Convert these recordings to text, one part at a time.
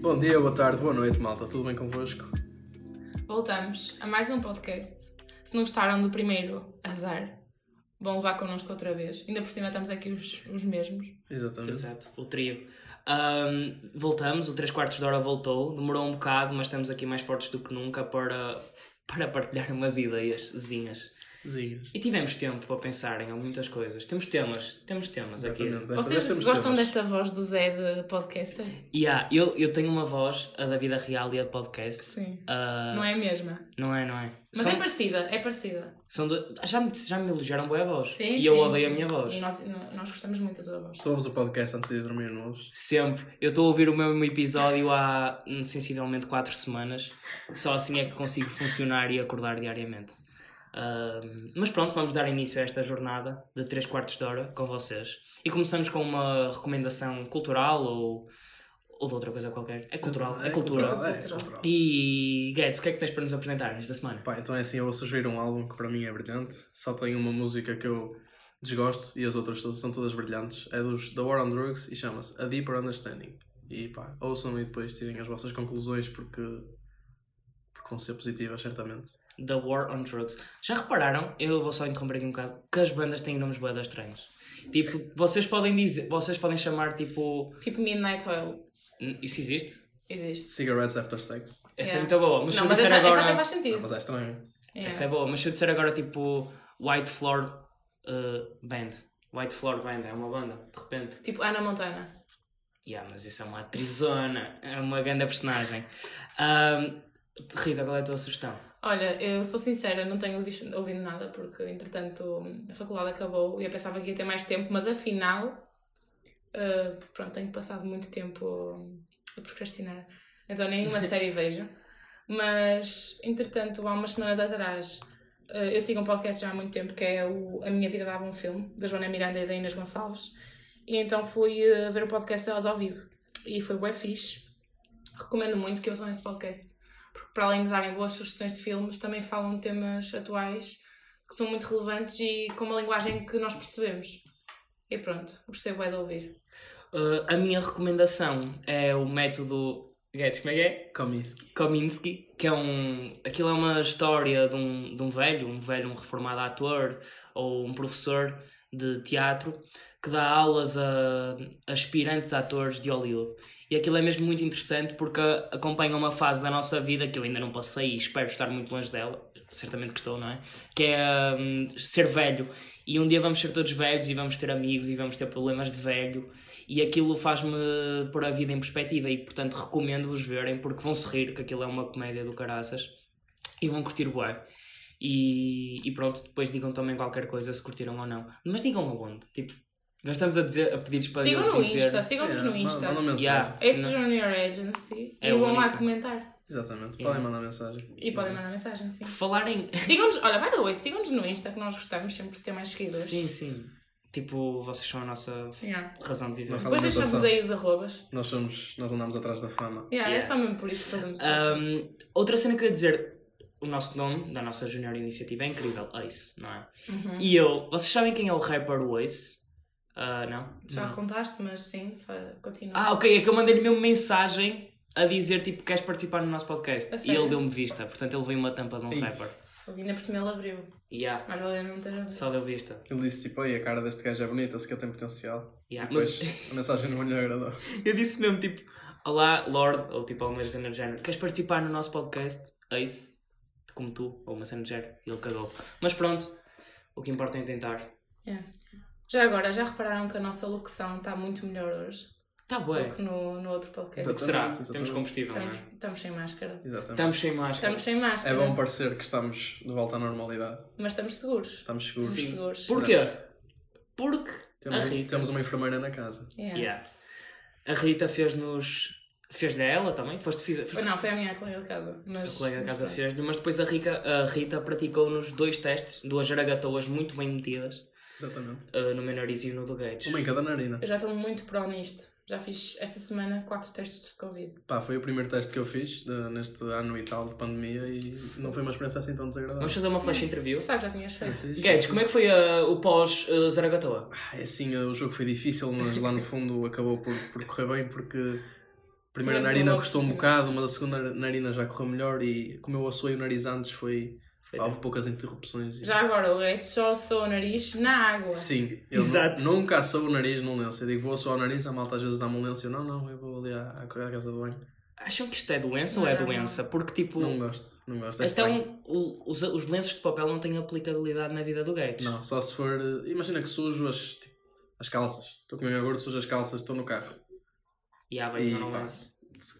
Bom dia, boa tarde, boa noite, malta. Tudo bem convosco? Voltamos a mais um podcast. Se não gostaram do primeiro, azar. Vão levar connosco outra vez. Ainda por cima estamos aqui os, os mesmos. Exatamente. Exato, o trio. Ahm, voltamos, o 3 quartos de hora voltou, demorou um bocado, mas estamos aqui mais fortes do que nunca para, para partilhar umas ideiaszinhas. Zinhas. E tivemos tempo para pensar em muitas coisas. Temos temas, temos temas aqui. Exatamente. Desta Vocês vez temos gostam temas. desta voz do Zé de podcaster? E há, eu, eu tenho uma voz, a da vida real e a de podcast. Sim. Ah, Não é a mesma. não é, não é? Mas São- é parecida, é parecida. são do- já, me, já me elogiaram bem a voz. Sim, e sim, eu odeio sim. a minha voz. E nós, nós gostamos muito da tua voz. Tu ouves o podcast antes de ires dormir, não ouves? Sempre. Eu estou a ouvir o mesmo episódio há hum, sensivelmente 4 semanas. Só assim é que consigo funcionar e acordar diariamente. Ahm, mas pronto, vamos dar início a esta jornada de 3 quartos de hora com vocês. E começamos com uma recomendação cultural ou, ou de outra coisa qualquer. É cultural, é, cultura. cultural. É cultural. E Guedes, o que é que tens para nos apresentar nesta semana? Pá, então é assim, eu vou sugerir um álbum que para mim é brilhante. Só tem uma música que eu desgosto e as outras to- são todas brilhantes. É dos The War on Drugs e chama-se A Deeper Understanding. E pá, ouçam e depois tirem as vossas conclusões porque, porque vão ser positivas, certamente. The War on Drugs. Já repararam? Eu vou só interromper aqui um bocado. Que as bandas têm nomes boedas estranhos. Tipo, vocês podem dizer, vocês podem chamar tipo. Tipo Midnight Oil. "Hum, Isso existe? Existe. Cigarettes After Sex. Essa é Yeah. muito boa. Mas se não, eu mas disser essa, essa agora. até faz sentido. Ah, mas é estranho. Yeah. Essa é boa. Mas se eu disser agora tipo White Floor uh, Band. White Floor Band é uma banda, de repente. Tipo Ana Montana. Yeah, mas isso é uma atrizona, é uma grande personagem. Ahm, Rita, qual é a tua sugestão? Olha, eu sou sincera, não tenho ouvi- ouvido nada porque, entretanto, a faculdade acabou e eu pensava que ia ter mais tempo, mas afinal, eh, pronto, tenho passado muito tempo a procrastinar, então nenhuma série vejo. Mas, entretanto, há umas semanas atrás, eh, eu sigo um podcast já há muito tempo que é o A Minha Vida Dava um Filme, da Joana Miranda e da Inês Gonçalves, e então fui eh, ver o podcast delas ao vivo e foi bué fixe. Recomendo muito que ouçam esse podcast porque para além de darem boas sugestões de filmes, também falam de temas atuais que são muito relevantes e com uma linguagem que nós percebemos. E pronto, gostei bem de ouvir. Uh, a minha recomendação é o método. Guedes, como é que é? Cominsky. Kominsky, que é um. Aquilo é uma história de um, de um velho, um velho, um reformado ator ou um professor de teatro que dá aulas a, a aspirantes atores de Hollywood. E aquilo é mesmo muito interessante porque acompanha uma fase da nossa vida que eu ainda não passei e espero estar muito longe dela, certamente que estou, não é? Que é hum, ser velho. E um dia vamos ser todos velhos e vamos ter amigos e vamos ter problemas de velho e aquilo faz-me pôr a vida em perspectiva e portanto recomendo-vos verem porque vão se rir que aquilo é uma comédia do caraças e vão curtir bué e, e pronto, depois digam também qualquer coisa se curtiram ou não, mas digam aonde tipo, nós estamos a, dizer, a pedir para Digam eles no dizer É, Insta, sigam-nos no Insta. Manda mensagem. Yeah. Este Não. Junior Agency É e vão lá única. comentar. Exatamente. Yeah. Podem mandar mensagem. É. E podem mandar mensagem, sim. falarem, Sigam-nos, olha, by the way, sigam-nos no Insta que nós gostamos sempre de ter mais seguidores. sim, sim tipo, vocês são a nossa Yeah. razão de viver Nossa Depois deixamos aí os arrobas. Nós somos. Nós andamos atrás da fama. Yeah, Yeah. É só mesmo por isso que fazemos. Um, outra cena que eu ia dizer, o nosso nome da nossa Junior Iniciativa é incrível, Ace, não é? Uhum. E eu, vocês sabem quem é o rapper o Ace? Ah, não? Já Não. contaste, mas sim, fa- continua. Ah, ok, é que eu mandei-lhe mesmo mensagem a dizer tipo, queres participar no nosso podcast? A E sério? ele deu-me vista, portanto ele veio uma tampa de um Ei. rapper. Ainda por cima ele abriu. Yeah, Mas valeu não ter abrido. só deu vista. Ele disse tipo, ei, a cara deste gajo é bonita, se que ele tem potencial. Ah, Yeah. Mas Mas a mensagem não lhe agradou. eu disse mesmo tipo, olá Lord, ou tipo alguma cena do género, queres participar no nosso podcast? Ace, como tu, ou uma cena do género, e ele cagou. Mas pronto, o que importa é tentar. É. Já agora, já repararam que a nossa locução está muito melhor hoje Tá bem. do que no, no outro podcast? O É que será? Exatamente, Temos exatamente. combustível, não Estamos, é? estamos sem máscara. Exatamente. Estamos sem máscara. Estamos sem É máscara, bom parecer que estamos de volta à normalidade. mas estamos seguros. Estamos seguros. Sim. Ah, seguros. Porquê? Porque a Temos, um- Rita... temos uma enfermeira na casa. Yeah. Yeah. A Rita fez-nos... Fez-lhe a ela também? Foste, fiz, Foi- foste Não, foi a minha colega de casa. Mas, A colega de casa mas pronto. fez-lhe, mas depois a, Rica, a Rita praticou-nos dois testes, duas jaragatoas muito bem metidas, Exatamente. ah, no meu nariz e no do Gates. Uma em cada narina. Eu já estou muito pró nisto. Já fiz esta semana quatro testes de Covid. Pá, foi o primeiro teste que eu fiz de- neste ano e tal de pandemia e não foi uma experiência assim tão desagradável. Vamos fazer uma flash interview? Eu pensava que já tinhas feito. Antes, Gates, como é que foi ah, o pós-Zaragatoa? Ah, é assim, o jogo foi difícil, mas lá no fundo acabou por, por correr bem porque primeira Tiveste narina uma boa custou um oportunidade. bocado, mas a segunda narina já correu melhor e como eu assoei o nariz antes foi, Foi tipo, houve tão- poucas interrupções. e- Já agora, o Gates só assou o nariz na água. Sim, eu nu- Exato. nunca assou o nariz num lenço. Eu digo, vou assoar o nariz, a malta às vezes dá-me um lenço. Eu, não, não, eu vou ali à, à casa do banho. Acham que isto é doença ou é Não, não. doença? Porque tipo. Não gosto, não gosto. É estranho. Então o- os, os lenços de papel não têm aplicabilidade na vida do Gates. Não, só se for... eh, Imagina que sujo as, tipo, as calças. Estou comigo agora, sujo as calças, estou no carro. E há vezes E não pá. lance.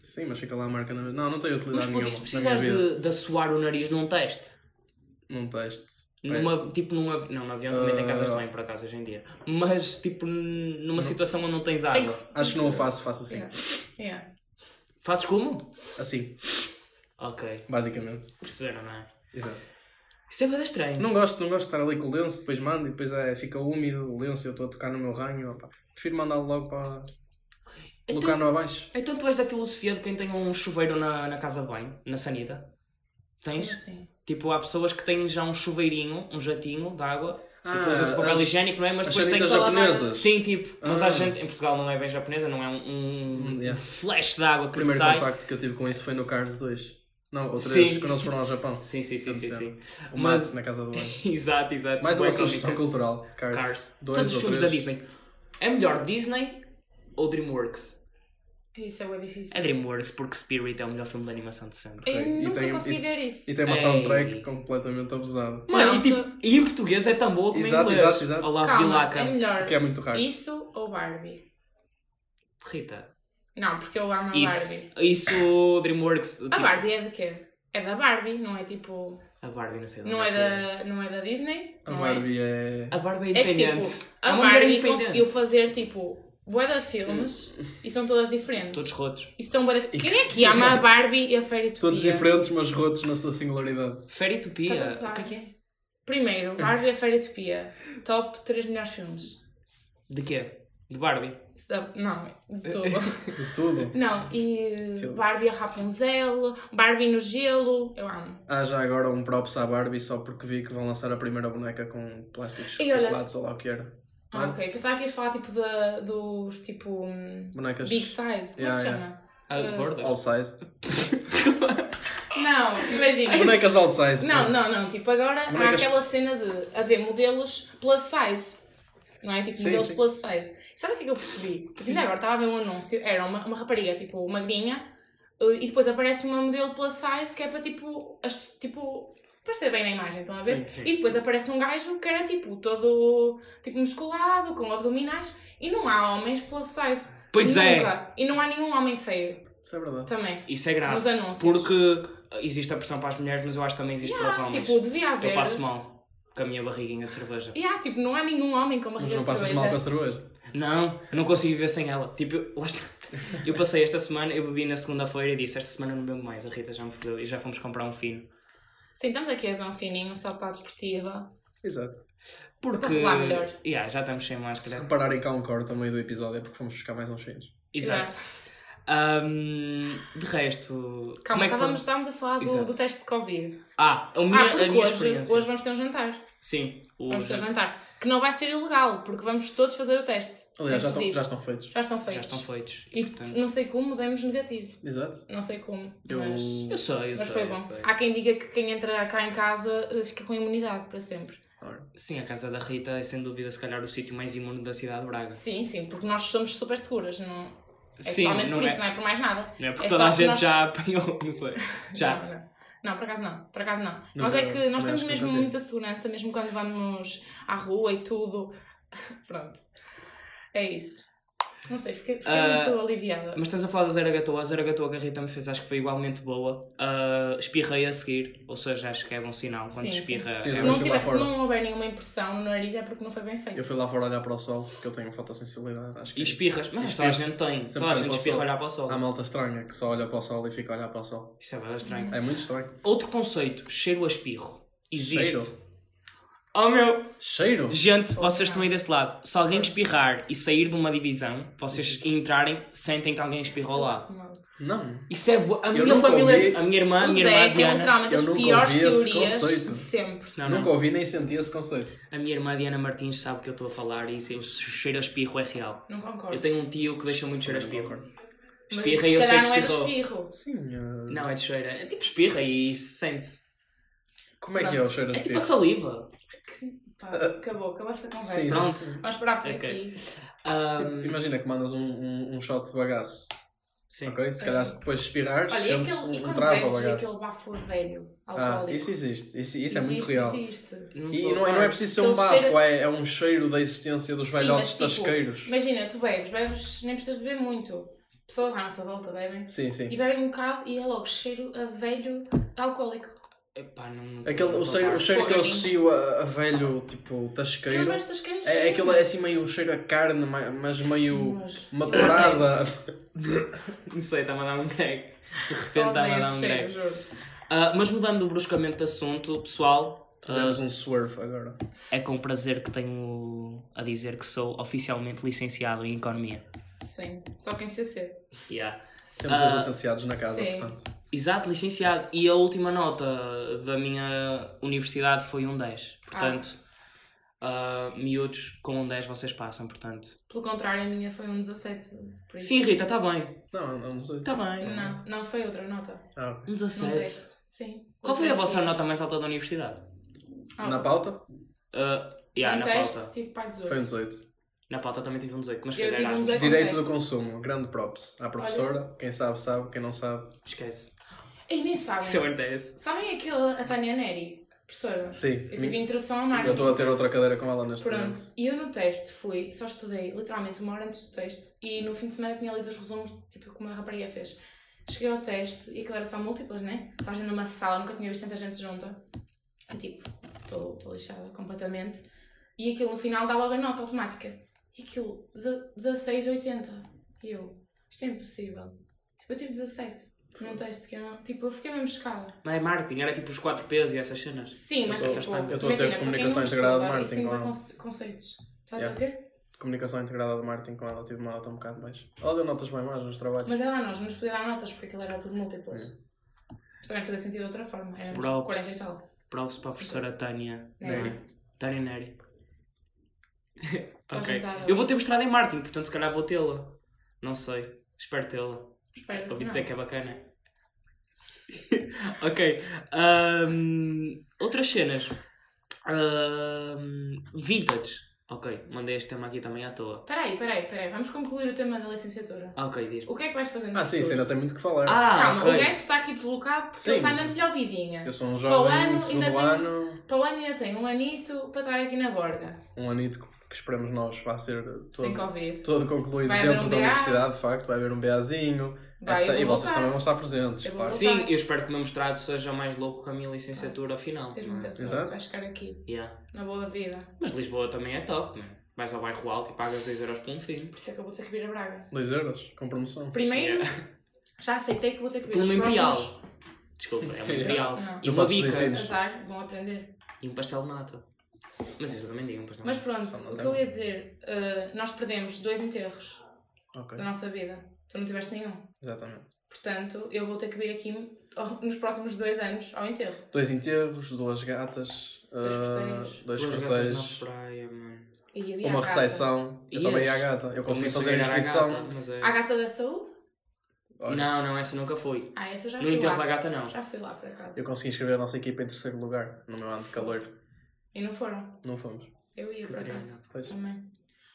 Sim, mas fica lá a marca na... Não, não tem utilidade Mas puto, nenhuma. e se na minha precisares vida. de, de assoar o nariz num teste? Num teste. Numa, tipo num avião. Não, no avião também tem casas de Ah. banho por acaso hoje em dia. Mas tipo n- numa situação onde não tens Tem água. que- Acho que não o faço, faço assim. Yeah. Yeah. é Fazes como? Assim, Ok. basicamente. Perceberam, não é? Exato. Isso é bem estranho. Não gosto, não gosto de estar ali com o lenço, depois mando e depois é, fica úmido o lenço eu estou a tocar no meu ranho. opá. Prefiro mandá-lo logo para Então- colocar no abaixo. Então tu és da filosofia de quem tem um chuveiro na, na casa de banho, na sanita? Tens? Como assim? Tipo, há pessoas que têm já um chuveirinho, um jatinho de água. Ah, tipo, usa-se papel as- higiênico, não é? Mas as depois tem que sanitas japonesas. Sim, tipo. Mas Ah. há gente... Em Portugal não é bem japonesa, não é um, um- Hum, yeah. um flash de água O que primeiro sai. contacto que eu tive com isso foi no Cars 2. Não, ou 3, Sim. quando eles foram ao Japão. Sim, sim, sim, sim, sim. O Mas- Mas... na casa do banho. exato, exato. Mais Bué uma sugestão cómica. cultural. Cars, Cars. 2 Todos os ou filmes da 3. Disney. É melhor Disney ou DreamWorks? Isso é bem difícil. É DreamWorks porque Spirit é o melhor filme de animação de sempre. Eu Ok, e nunca tem- consegui e- ver isso. E tem uma Ei. soundtrack completamente abusada. Mano, Não, e, tipo, e em português é tão boa como Exato, em inglês. exato, exato. Olá, Calma, Vilaca. é melhor O que é muito raro. isso ou Barbie? Rita. Não, porque eu amo a Barbie. Isso, isso DreamWorks. tipo, A Barbie é de quê? É da Barbie, não é tipo. A Barbie, não sei de Não onde é que da, não é da Disney? A não Barbie um é. A Barbie é É, é que tipo, independente. É a uma mulher Barbie independente. conseguiu fazer tipo. Bué de filmes e são todas diferentes. Todos rotos. E são bué de... Quem é que ama a Barbie e a Fairy Topia? é. Todos diferentes, mas rotos na sua singularidade. Feritopia. Estás a usar? O que é que é? Primeiro, Barbie e a Fairy Topia. Top 3 melhores filmes. De quê? De Barbie. Se dá- Não, de tudo. De tudo. Não, e Deus. Barbie a Rapunzel, Barbie no gelo, eu amo. Há já agora um props à Barbie só porque vi que vão lançar a primeira boneca com plásticos E olha- reciclados ou lá o que era. Ah, Não? ok. Pensava que ias falar tipo da- dos tipo hum, Bonecas big size, como é Yeah, que se yeah. chama? Ah, Ah. gordas. all sized. Desculpa. Não, imagina. Bonecas all sized. Não, pronto. não, não. Tipo, agora há Bonecas- aquela cena de haver modelos plus size. Não é? Tipo, Sim, modelos sim. plus size. Sabe o que é que eu percebi? Porque ainda agora estava a ver um anúncio, era uma, uma rapariga, tipo, magrinha, e depois aparece uma modelo plus size que é para tipo. As, pe- tipo Parecer bem na imagem, estão a ver? Sim, sim. E depois aparece um gajo que era tipo todo tipo musculado, com abdominais, e não há homens plus size. Pois Nunca. é. E não há nenhum homem feio Isso é verdade. também. Isso é grave. Nos anúncios. Porque existe a pressão para as mulheres, mas eu acho que também existe para os Ah, homens. tipo, devia eu haver. passo mal com a minha barriguinha de cerveja. E há, tipo, não há nenhum homem com Mas barriga não de passas mal com a cerveja. cerveja. Não, eu não consigo viver sem ela. Tipo, eu- lá está. Eu passei esta semana, eu bebi na segunda-feira e disse: Esta semana eu não bebo mais, a Rita já me fodeu e já fomos comprar um fino. Sim, estamos aqui a ver um fininho, só para a desportiva. Exato. Porque. Para rolar melhor. Yeah, já estamos sem Se máscara. repararem que há um corte ao meio do episódio é porque fomos buscar mais uns filhos. Exato. Ahm, de resto. como Calma, é que estávamos, fomos? estávamos a falar do, Exato. do teste de Covid. Ah, a minha, Ah, a porque minha hoje, experiência. hoje vamos ter um jantar. Sim, Vamos hoje ter um jantar. Que não vai ser ilegal, porque vamos todos fazer o teste. Aliás, já antes de estão, ir. já estão feitos. Já estão já feitos. estão feitos. E, E portanto. não sei como demos negativo. Exato. Não sei como. Eu- Mas, Eu sei, eu mas sei. foi eu bom. sei. Há quem diga que quem entra cá em casa eh, fica com imunidade para sempre. Ora, Sim, a casa da Rita é sem dúvida, se calhar, o sítio mais imune da cidade de Braga. Sim, sim, porque nós somos super seguras. Não... É Sim, totalmente não por é- isso, não é por mais nada. Não é porque É toda só a que gente nós- já apanhou, não sei. Já. Não, não. Não, por acaso não, por acaso não. Não, nós é não, que não, nós temos acho que mesmo nunca tive. muita segurança, mesmo quando vamos à rua e tudo. Pronto. É isso. Não sei, fiquei, fiquei Ah, muito aliviada. Mas estamos a falar da Zaragatoa. A Zaragatoa que a Rita me fez acho que foi igualmente boa. Ah, espirrei a seguir, ou seja, acho que é bom sinal. Quando Sim, se espirra. sim. Sim, é Se eu não, fui tiver, lá se fora. não houver nenhuma impressão no nariz é porque não foi bem feito. eu fui lá fora olhar para o sol, porque eu tenho fotossensibilidade. Acho que é E isso. espirras, mas toda a gente tem. Sempre Toda a olho gente para o espirra a sol. olhar para o sol. Há malta estranha que só olha para o sol e fica a olhar para o sol. Isso é bem estranho. É muito estranho. Outro conceito, cheiro a espirro. Existe. Cheiro? Oh meu! Cheiro? Gente, Oh, vocês estão aí desse lado. Se alguém espirrar e sair de uma divisão, vocês Uhum. entrarem, sentem que alguém espirrou lá. Não. Não. Isso é boa. A minha nunca família, ouvi. a minha irmã, O a minha Zé irmã tem Diana. é literalmente eu as nunca piores ouvi esse teorias conceito. de sempre. Não, não. Nunca ouvi nem senti esse conceito. A minha irmã Diana Martins sabe que eu estou a falar e isso- o cheiro a espirro é real. Não concordo. Eu tenho um tio que deixa muito cheiro a espirro. Mas Espirra se e eu sei calhar que não é de espirro. espirrou. Sim, ah, Não, é de cheira. É tipo espirra e sente-se. como é que é o Pronto. cheiro É de tipo a espirro? saliva. Pá, Ah. acabou, acabou esta conversa. Sim. Pronto. Vamos parar por É Ok. aqui. Ah, Tipo, imagina que mandas um, um, um shot de bagaço, sim. ok? Se calhar se depois espirrares, Olha, e, chama-se aquele, um, e um quando travo ao bebes e aquele bagaço. bafo velho Ah, alcoólico? isso existe, isso, isso é existe, muito real. Existe. E tô não, é- a par. não é preciso ser um Aquele bafo, cheiro- é, é um cheiro da existência dos Sim, velhotes mas, tipo, tasqueiros. Imagina, tu bebes, bebes, nem precisas beber muito. Pessoas à nossa volta bebem. Sim, E sim. bebem um bocado e é logo cheiro a velho alcoólico. Epá, não- não tô Aquele, a o, par. cheiro, um o cheiro que eu Fogo. associo a, a velho, tipo, Aqueles tasqueiro, velhos das queiras. é, é cheiram. aquele, é assim meio um cheiro a carne, ma- mas meio Nojo. maturada. Não sei, está-me a dar um greg. De Eu odeio- repente está-me a odeio dar um esse cheiro, greg. juro. Ah, mas mudando bruscamente de assunto, pessoal, ah, Fizemos um swerve agora. é com prazer que tenho a dizer que sou oficialmente licenciado em Economia. Sim, só quem se acede. Yeah. Temos Ah, dois licenciados na casa, sim. portanto. Exato, licenciado. E a última nota da minha universidade foi um 10. Portanto, ah, miúdos com um 10 vocês passam, portanto. Pelo contrário, a minha foi um 17. por isso- Sim, Rita, está bem. Não, é não sei. Então- Está bem. Não, não foi outra nota. Ah, ok. Um Não 17. teste. Sim. Qual foi a Outra vossa sim. nota mais alta da universidade? Ah, Na pauta, Ah, yeah, um na teste, pauta. tive para 18. foi um 18. Na pauta também tive um 18, mas Eu foi de tive um Erasmus. 18. Direito contexto. do consumo, grande props. À professora, quem sabe, sabe, quem não sabe. Esquece. E nem sabem. Isso é um 10. Sabem aquela, a Tânia Neri, professora? Sim, Eu tive mi- introdução a eu estou a marketing. ter outra cadeira com ela neste Pronto, momento. e eu no teste fui, só estudei literalmente uma hora antes do teste e no fim de semana tinha lido os resumos, tipo, como a rapariga fez. Cheguei ao teste e aquilo era só múltiplas, né? Estava a gente numa sala, nunca tinha visto tanta gente junta. Eu, tipo, estou lixada completamente. E aquilo no final dá logo a nota automática. E aquilo, 16,80. E eu, isto é impossível. Tipo, eu tive 17 num teste que eu não. Tipo, eu fiquei mesmo chocada. Mas é marketing, era tipo os 4Ps e essas cenas. Sim, mas Eu tô- tipo, eu tô a dizer imagina, para quem não comunicação integrada de estuda, isso marketing, é? ainda claro. conce- conceitos. Está a dizer o quê? Comunicação integrada de marketing com ela, tive uma nota um bocado mais. Ela deu notas bem mais nos trabalhos. Mas ela nós não nos podia dar notas porque aquilo era tudo múltiplas. Mas Também fazia sentido de outra forma. Éramos Props. 40 e tal. Props para a Sim, professora Tânia. Neri. Não é? Tânia Neri. Tá ok. juntada. Eu vou ter mestrado em marketing, portanto se calhar vou tê-la. Não sei. Espero tê-la. Espero. Ouvi não. dizer que é bacana. ok. ahm, outras cenas. Ahm, vintage. Ok, mandei este tema aqui também à toa. Peraí, peraí, peraí. Vamos concluir o tema da licenciatura. Ah, Ok, diz. O que é que vais fazer no Ah, sim, futuro? isso ainda tem muito que falar. Ah, Calma, ok. o gajo está aqui deslocado porque Sim. ele está na melhor vidinha. Eu sou um Para o jovem, ano, no segundo ainda tenho- ano, Para o ano ainda tem um anito para estar aqui na borda. um anito que, que esperamos nós vai ser Sem todo, Covid. todo concluído Vai haver dentro um da BA. universidade, de facto. Vai haver um BAzinho, Vai, etc. eu E vou vocês voltar. também vão estar presentes, Eu vou claro. voltar. Sim, eu espero que o meu mestrado seja mais louco que a minha licenciatura final. Ah, Tens muita sorte. Exato. Vais ficar aqui. Yeah. Na boa vida. Mas Lisboa também é top, man. Vais ao bairro alto e pagas 2€ euros por um filme. Por isso é que eu vou ter que vir a Braga. 2 euros, com promoção. Primeiro, já aceitei que vou ter que vir Por Os um imperial. próximos- Desculpa, é um imperial. Não. E Não uma podes pedir bica. filhos. Azar, vão aprender. Então, E um pastel de nata. Mas isso eu também digo, um pastel de Mas nata. pronto, Só um- não o que tem. eu ia dizer, eh, nós perdemos dois enterros Ok, da nossa vida. Tu não tiveste nenhum. exatamente. Portanto, eu vou ter que vir aqui ao- nos próximos dois anos ao enterro. Dois enterros, duas gatas, Dois ah, cortejos. dois Duas gatas cortejos, na praia, mano. E eu ia uma à gata. recepção. Eu E também ia à as- gata. Eu consigo Começou a fazer a virar à inscrição. gata, mas é- À gata da saúde? Olha, Não, não, essa nunca foi. Ah, essa eu já No fui enterro lá. da gata, não. Já fui lá, por acaso. Eu consegui inscrever a nossa equipa em terceiro lugar, no meu ano de calor. E não foram. Não fomos. Eu ia, Que por pena. acaso. Pois. Também.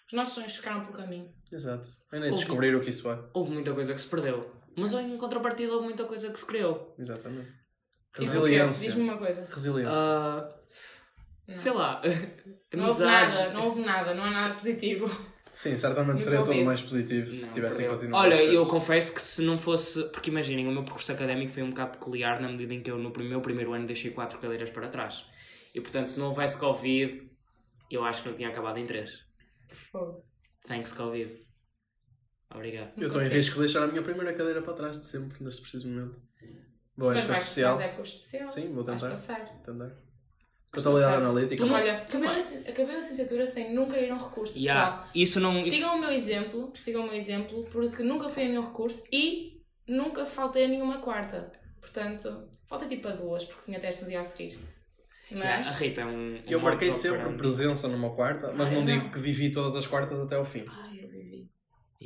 Os nossos sonhos ficaram pelo caminho. Exato. Ainda Ouvi. descobrir o que isso é. Houve muita coisa que se perdeu. Mas em contrapartida houve muita coisa que se criou. Exatamente. Diz-me o quê? Resiliência. Diz-me uma coisa. Resiliência. Ah, Não. sei lá. Não houve amizades. nada, não houve nada, não há nada positivo. Sim, certamente Nunca seria tudo ouvi. mais positivo se Não, tivessem perdeu. continuado. Olha, as eu coisas. confesso que se não fosse. Porque imaginem, o meu percurso académico foi um bocado peculiar na medida em que eu no meu primeiro ano deixei quatro cadeiras para trás. E portanto, se não houvesse Covid, eu acho que não tinha acabado em três. Fogo. Thanks, Covid. Obrigado. Eu estou em consigo. risco de deixar a minha primeira cadeira para trás de sempre, neste preciso momento. Vou Mas entrar vais um especial. especial. época especial. Sim, vou Vais tentar. passar. Tentar. Contabilidade passar. analítica. Tu não- Olha, acabei a lic- acabei a licenciatura sem nunca ir a um recurso, pessoal. Yeah. Isso não. Isso... Sigam o meu exemplo, sigam o meu exemplo, porque nunca fui a nenhum recurso e nunca faltei a nenhuma quarta. Portanto, falta tipo a duas, porque tinha teste no dia a seguir. Yeah, a Mas. Rita é um. um Eu marquei modus sempre operandi. presença numa quarta, mas Ai, não não. digo que vivi todas as quartas até ao fim. Ai, eu vivi.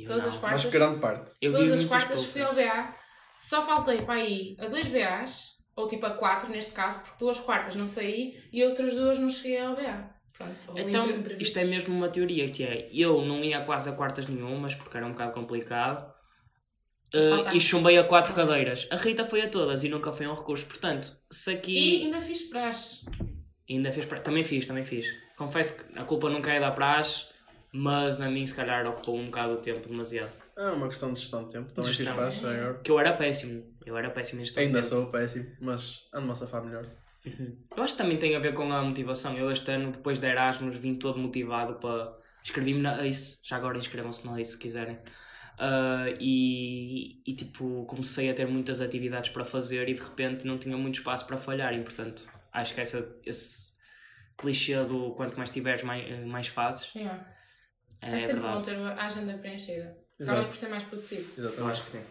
Todas não. as Mas quartas. grande parte. Eu vi todas as muitas quartas fui ao poucas. BA, só faltei para aí a dois BAs, ou tipo a quatro neste caso, porque duas quartas não saí e outras duas não cheguei ao BA. Pronto, houve Então, imprevistos. isto é mesmo uma teoria que é, eu não ia quase a quartas nenhumas, porque era um bocado complicado, eh, Faltaste e chumbei a todas. quatro cadeiras. A Rita foi a todas e nunca foi a um recurso, portanto, se E aqui... ainda fiz praxe. Ainda fez... pra- Também fiz, também fiz. Confesso que a culpa nunca é da praxe, mas na minha se calhar ocupou um bocado o tempo demasiado. É uma questão de gestão de tempo. Também fiz Gestão. paz, já agora. Que eu era péssimo, eu era péssimo em gestão de Ainda tempo. sou péssimo, mas ando-me a safar melhor. Uhum. Eu acho que também tem a ver com a motivação. Eu este ano, depois da Erasmus, vim todo motivado para. Inscrevi-me na ACE, já agora inscrevam-se na ACE se quiserem. Ah, e, e, tipo, comecei a ter muitas atividades para fazer e de repente não tinha muito espaço para falhar. E portanto, acho que essa, esse clichê do quanto mais tiveres, mais, eh, mais fazes. Yeah. É, É, sempre bom verdade. ter a agenda preenchida. Exato. Acabas por ser mais produtivo. Eu acho Exatamente. que sim.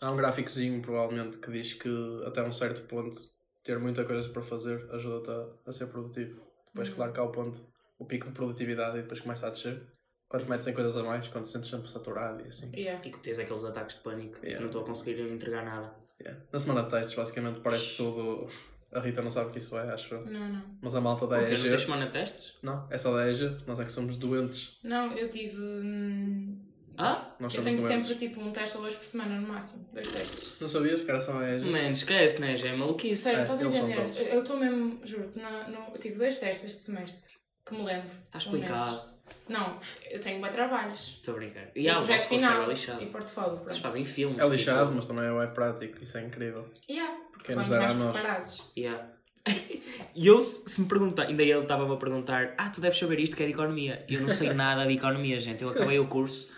Há um gráficozinho, provavelmente, que diz que até um certo ponto ter muita coisa para fazer ajuda-te a, a ser produtivo. Depois, Uhum. claro que há o ponto, o pico de produtividade e depois começa a descer. Quando metes em coisas a mais, quando te sentes sempre saturado e assim. Yeah. E que tens aqueles ataques de pânico, tipo, Yeah. não estou a conseguir entregar nada. Yeah. Na semana de testes, basicamente, parece tudo. A Rita não sabe o que isso é, acho eu. Não, Uhum. não. Mas a malta da Porque não tens EG. semana de testes? Não, é só da EG. Nós é que somos doentes. Não, eu tive. hum, Ah? Nós Eu somos tenho doentes. sempre tipo um teste ou dois por semana no máximo. Dois testes. Não sabias que era só a EG? Man, esquece, né? Já é maluquice. Sério, É, estás a eles são entender? todos. Eu- Eu estou mesmo, juro-te, na- no- eu tive dois testes este semestre, que me lembro. Está pelo menos. Tá explicado. Não, eu tenho bem trabalhos. Estou a brincar. E há o vosso projeto curso final é lixado. e portfólio, pronto. Vocês fazem filmes. É lixado, tipo, mas também é prático, isso é incrível. Yeah, porque Quem nos vamos dera mais a nós. preparados. yeah. E eu, se se me perguntar, ainda ele estava-me a perguntar: Ah, tu deves saber isto que é de economia. Eu não sei nada de economia, gente. Eu acabei o curso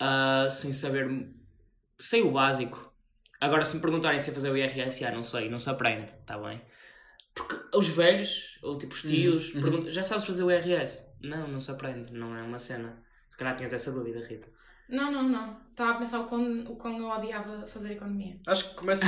ah, sem saber. Sei o básico. Agora, se me perguntarem se é fazer o IRS, ah, não sei, não se aprende, está bem? Porque os velhos, ou tipo os tios, uhum. perguntam: Já sabes fazer o IRS? Não, não se aprende, não é uma cena. Se calhar tinhas essa dúvida, Rita. Não, não, não. Estava a pensar o quão, o quão eu odiava fazer economia. Acho que começas,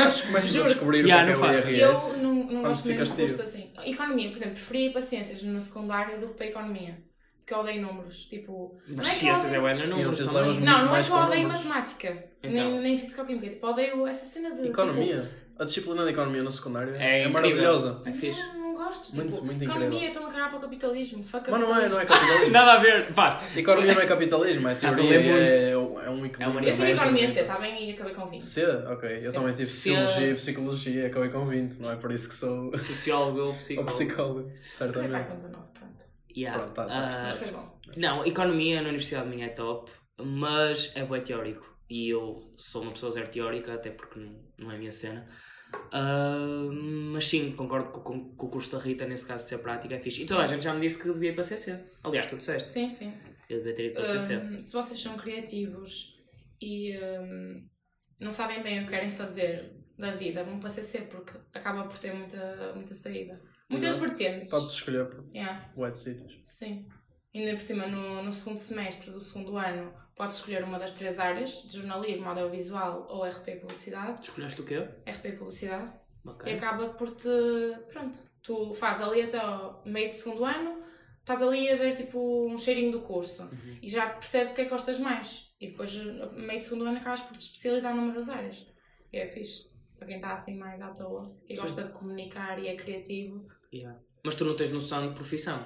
acho que começas a Juro-te. descobrir Yeah, o que não é faço. o Eu IRS. não, não Quando gosto mesmo ficas de cursos tio. assim. Economia, por exemplo, preferia ir para ciências no secundário do que para economia. Porque eu odeio números. Tipo, não é Mas que eu ciências é odeio- o Ana, não Ciências também. levam-nos muito Não, não é mais que eu para odeio números. matemática. Então. Nem, nem física-química. Tipo, odeio essa cena de. tipo, Economia. é A disciplina de economia no secundário é, incrível. maravilhosa. É fixe. Não, não gosto. Muito, tipo, muito economia, incrível. estou-me a cagar para o capitalismo. Fuck Mas não é, não é capitalismo. capitalismo. Nada a ver. Pá, economia não é capitalismo, é Estás a teoria, ler é, é um- é um equilíbrio. maneira. Eu tive Mas- economia C, está bem? E acabei com 20. C? Ok, eu C. também tive C. Sociologia e Psicologia, acabei com 20, não é por isso que sou sociólogo ou ou psicólogo. psicólogo, Acabei pá, com certamente. 19, pronto. Yeah. Pronto, tá, tá, Ah, Mas percebes. foi bom. não, economia na universidade minha é top, mas é bem teórico. E eu sou uma pessoa zero teórica, até porque não, não é a minha cena. Ah, mas sim, concordo com, com- com o curso da Rita, nesse caso, de ser prática é fixe. E toda a gente já me disse que devia ir para CC. Aliás, tu disseste, Sim, sim. eu devia ter ido para CC. Hum, se vocês são criativos e hum, não sabem bem o que querem fazer da vida, vão para CC porque acaba por ter muita, muita saída. Muitas Exato. vertentes. Podes escolher por Yeah, white sítios. sim. Ainda por cima, no, no segundo semestre do segundo ano, podes escolher uma das três áreas, de jornalismo, audiovisual ou RP Publicidade. Escolheste o quê? RP Publicidade. E Bacana. acaba por te. Pronto, tu fazes ali até ao meio do segundo ano, estás ali a ver tipo um cheirinho do curso Uhum. e já percebes o que é que gostas mais. E depois, no meio do segundo ano, acabas por te especializar numa das áreas. E é fixe. Para quem está assim mais à toa e Sim. gosta de comunicar e é criativo. Yeah. Mas tu não tens noção de profissão.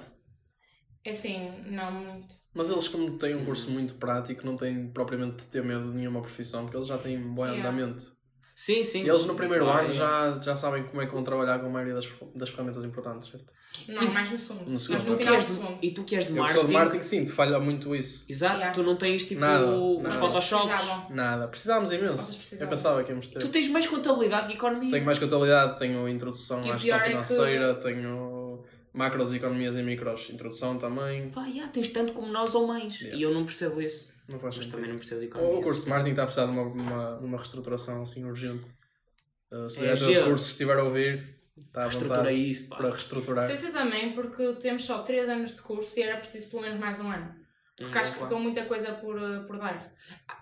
É assim, não muito. Mas eles, como têm um Hum. curso muito prático, não têm propriamente de ter medo de nenhuma profissão, porque eles já têm um bom Yeah. andamento. Sim, sim. E eles no primeiro Claro, ano é. já, já sabem como é que vão trabalhar com a maioria das, fer- das ferramentas importantes, certo? Não, mais no segundo. No segundo, mas não no Tu que final do és de- segundo. e tu que és de Eu que sou de Um marketing, marketing, sim, te falha muito isso. Exato, Yeah. tu não tens tipo Nada, os nada. Photoshops. Precisavam. Nada, precisámos Vocês imenso. Eu precisavam. pensava que íamos ter. Tu tens mais contabilidade que economia. Tenho mais contabilidade, tenho introdução E o à gestão pior é que- financeira, tenho macros, economias e micros. Introdução também, Pá, yeah, tens tanto como nós ou mais. Yeah. E eu não percebo isso. não faz Mas sentido. também não percebo de economia. O curso de marketing está a precisar de uma, uma, uma reestruturação assim urgente. Uh, se É, é, Gil. o curso estiver a ouvir, está à Reestrutura vontade isso, pá. para reestruturar. Sei se é também porque temos só 3 anos de curso e era preciso pelo menos mais um ano. Porque Hum, acho que um- pá. ficou muita coisa por, eh, por dar.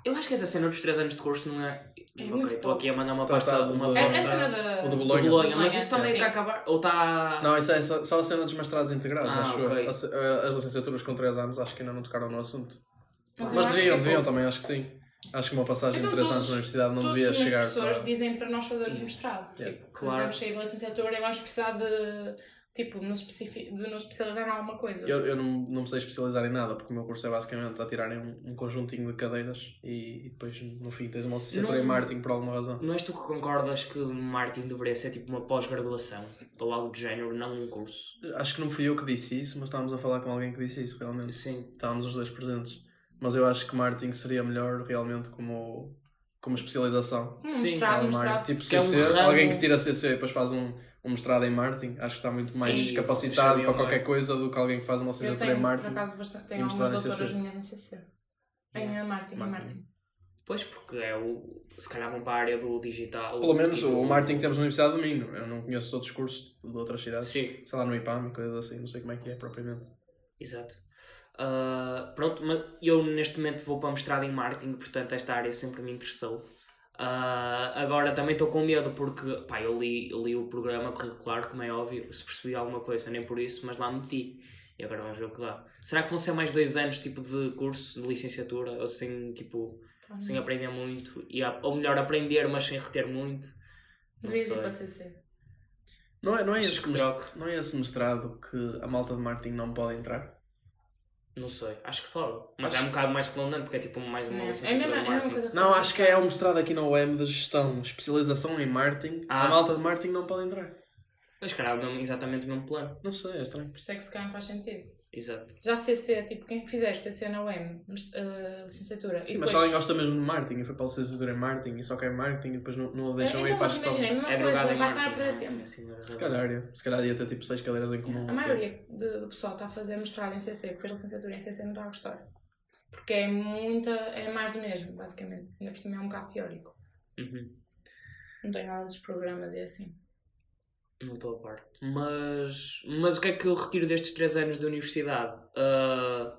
Eu acho que essa cena dos 3 anos de curso não é. É Ok, muito Estou pouco. aqui a mandar uma Tá, pasta. tá, uma o- É, Lá é está. a pasta cena da. O de do Bolonha. é assim. Bolonha, mas Bolonha, isso também sim. está a acabar. Ou tá- está. Não, isso é só, só a cena dos mestrados integrados, Ah, acho ok. eu. As, eh, as licenciaturas com 3 anos acho que ainda não tocaram no assunto. Mas, Mas eu acho que é deviam, deviam pouco. também, acho que sim. Acho que uma passagem Então de 3 todos- anos na universidade não Todas devia as chegar. pessoas para- dizem para nós fazermos Yeah. mestrado. Yeah. Tipo, Claro. vamos sair da licenciatura e vamos precisar de, tipo, nos, especifi- de nos especializar em alguma coisa. Eu, eu não, não me sei especializar em nada, porque o meu curso é basicamente a tirarem um, um conjuntinho de cadeiras e, e depois no fim tens uma licenciatura Não- em marketing por alguma razão. Não és tu que concordas que marketing deveria ser tipo uma pós-graduação ou algo do género, não um curso? Acho que não fui eu que disse isso, mas estávamos a falar com alguém que disse isso realmente. Sim. Estávamos os dois presentes. Mas eu acho que marketing seria melhor realmente como, como especialização. Hum, Sim, mestrado, Não, marketing, mestrado. Tipo Que é um CC, ramo- alguém que tira CC e depois faz um, um mestrado em marketing, acho que está muito Sim, mais vocês capacitado para sabiam, não é? qualquer coisa do que alguém que faz uma eu licenciatura em tenho, por marketing. acaso, bastante, tenho e algumas mestrado em doutoras CC. minhas em CC. Em Yeah. eh, marketing, em Marketing. marketing. Pois, porque é o, se calhar vão para a área do digital. Pelo menos e do- o marketing que temos na Universidade do Minho. Eu não conheço outros cursos tipo, de outras cidades. Sim, Sei lá, no IPAM, coisas assim, não sei como é que é propriamente. exato. Ah, pronto, mas eu neste momento vou para a mestrado em marketing, portanto esta área sempre me interessou. Ah, agora também estou com medo porque, pá, eu li, li o programa curricular, como é óbvio, se percebi alguma coisa, nem por isso, mas lá meti. E agora vamos ver o que dá. Será que vão ser mais dois anos tipo de curso, de licenciatura, ou sem tipo Então, sem aprender muito, e, a- ou melhor, aprender, mas sem reter muito. Não Devia ir para sei. CC. Não é, não, é Achas esse que mes- troco? não é esse mestrado que a malta de marketing não pode entrar? Não sei, acho que falo. Mas Acho- é um bocado mais redundante, porque é tipo mais uma Não, É a licenciatura mesma, é de a mesma marketing. coisa que Não, fazes. acho que é um mestrado aqui na UEM de gestão, especialização em marketing. Ah. A malta de marketing não pode entrar. Mas caralho, dão exatamente o mesmo plano. Não sei, é estranho. Por isso é que se calhar não faz sentido. Exato. Já CC, tipo, quem fizer CC na UEM, mas, eh, licenciatura, Sim, e mas depois... se alguém gosta mesmo de marketing e foi para a licenciatura em marketing e só quer marketing e depois não, não a deixam ir então, para a mas gestão. imaginem, não É é coisa, drogado em vai estar pues, a marketing. perder não é? tempo. Assim, é Se calhar, ia. se calhar ia ter tipo seis cadeiras em comum. A maioria de- do pessoal que está a fazer mestrado em CC, que fez licenciatura em CC, não está a gostar. Porque é muita, é mais do mesmo, basicamente. Ainda por cima é um bocado teórico. Uhum. Não tem nada dos programas e assim. Não estou a par. Mas, mas o que é que eu retiro destes três anos de universidade? Ah,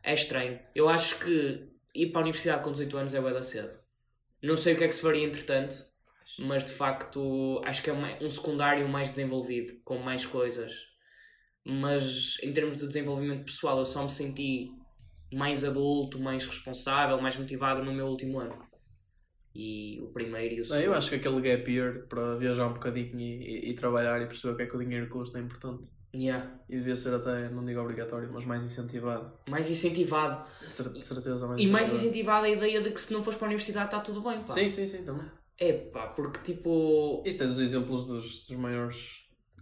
é estranho. Eu acho que ir para a universidade com 18 anos é bué da cedo. Não sei o que é que se faria entretanto, mas de facto acho que é mai- um secundário mais desenvolvido, com mais coisas. Mas em termos de desenvolvimento pessoal, eu só me senti mais adulto, mais responsável, mais motivado no meu último ano. E o primeiro e o Não, segundo. eu acho que aquele gap year para viajar um bocadinho e, e- e trabalhar e perceber o que é que o dinheiro custa é importante. Yeah. E devia ser até, não digo obrigatório, mas mais incentivado. Mais incentivado. De cer- de certeza mais E mais incentivado. incentivada a ideia de que se não fores para a universidade está tudo bem, pá. Sim, sim, sim, também. É pá, porque tipo. Isso tens os exemplos dos, dos maiores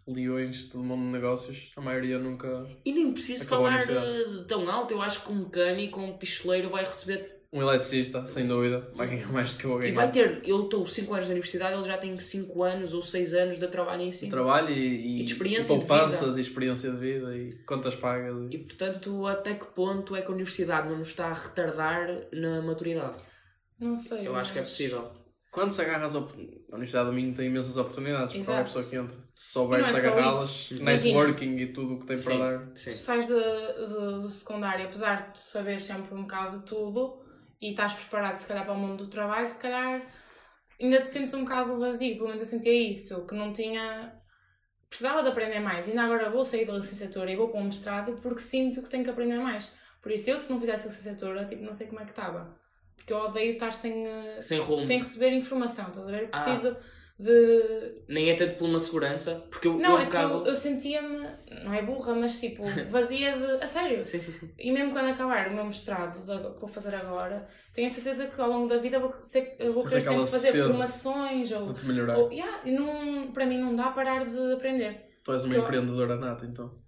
leões do mundo de negócios. A maioria nunca... E nem preciso Acabou a falar de, de tão alto, eu acho que um mecânico ou um pistoleiro vai receber. Um eletricista, sem dúvida, vai ganhar mais do que eu vou E ganhar. vai ter. Eu estou 5 anos na universidade, ele já tem 5 anos ou 6 anos de trabalho em si. de trabalho e, E de experiência e de poupanças vida. e experiência de vida e contas pagas. E... E portanto, até que ponto é que a universidade não nos está a retardar na maturidade? Não sei. Eu acho que é mas- possível. Quando se agarra às op... A Universidade do Minho tem imensas oportunidades para qualquer Exato. pessoa que entra. Se souber E não é se só agarrá-las, isso. networking e tudo o que tem para Sim, dar. Tu Sim. sais de, de- do secundário, apesar de tu saber sempre um bocado de tudo e estás preparado, se calhar, para o mundo do trabalho, se calhar ainda te sentes um bocado vazio. Pelo menos eu sentia isso, que não tinha. Precisava de aprender mais. Ainda agora vou sair da licenciatura e vou para um mestrado porque sinto que tenho que aprender mais. Por isso, eu, se não fizesse licenciatura, tipo, não sei como é que estava. Porque eu odeio estar sem, eh, Sem rumo. sem receber informação, estás a ver? Eu Ah. preciso de Nem é tanto por uma segurança, porque eu, eu não, um é que eu, bocado. eu sentia-me, não é burra, mas tipo, vazia de. A sério. Sim, sim, sim. E mesmo quando acabar o meu mestrado, da- que vou fazer agora, tenho a certeza que ao longo da vida vou, ser, eu vou Tens querer sempre aquela fazer sede. formações ou. Para-te melhorar. ou yeah, e não, para mim não dá parar de aprender. Tu és uma eu- empreendedora nata, então.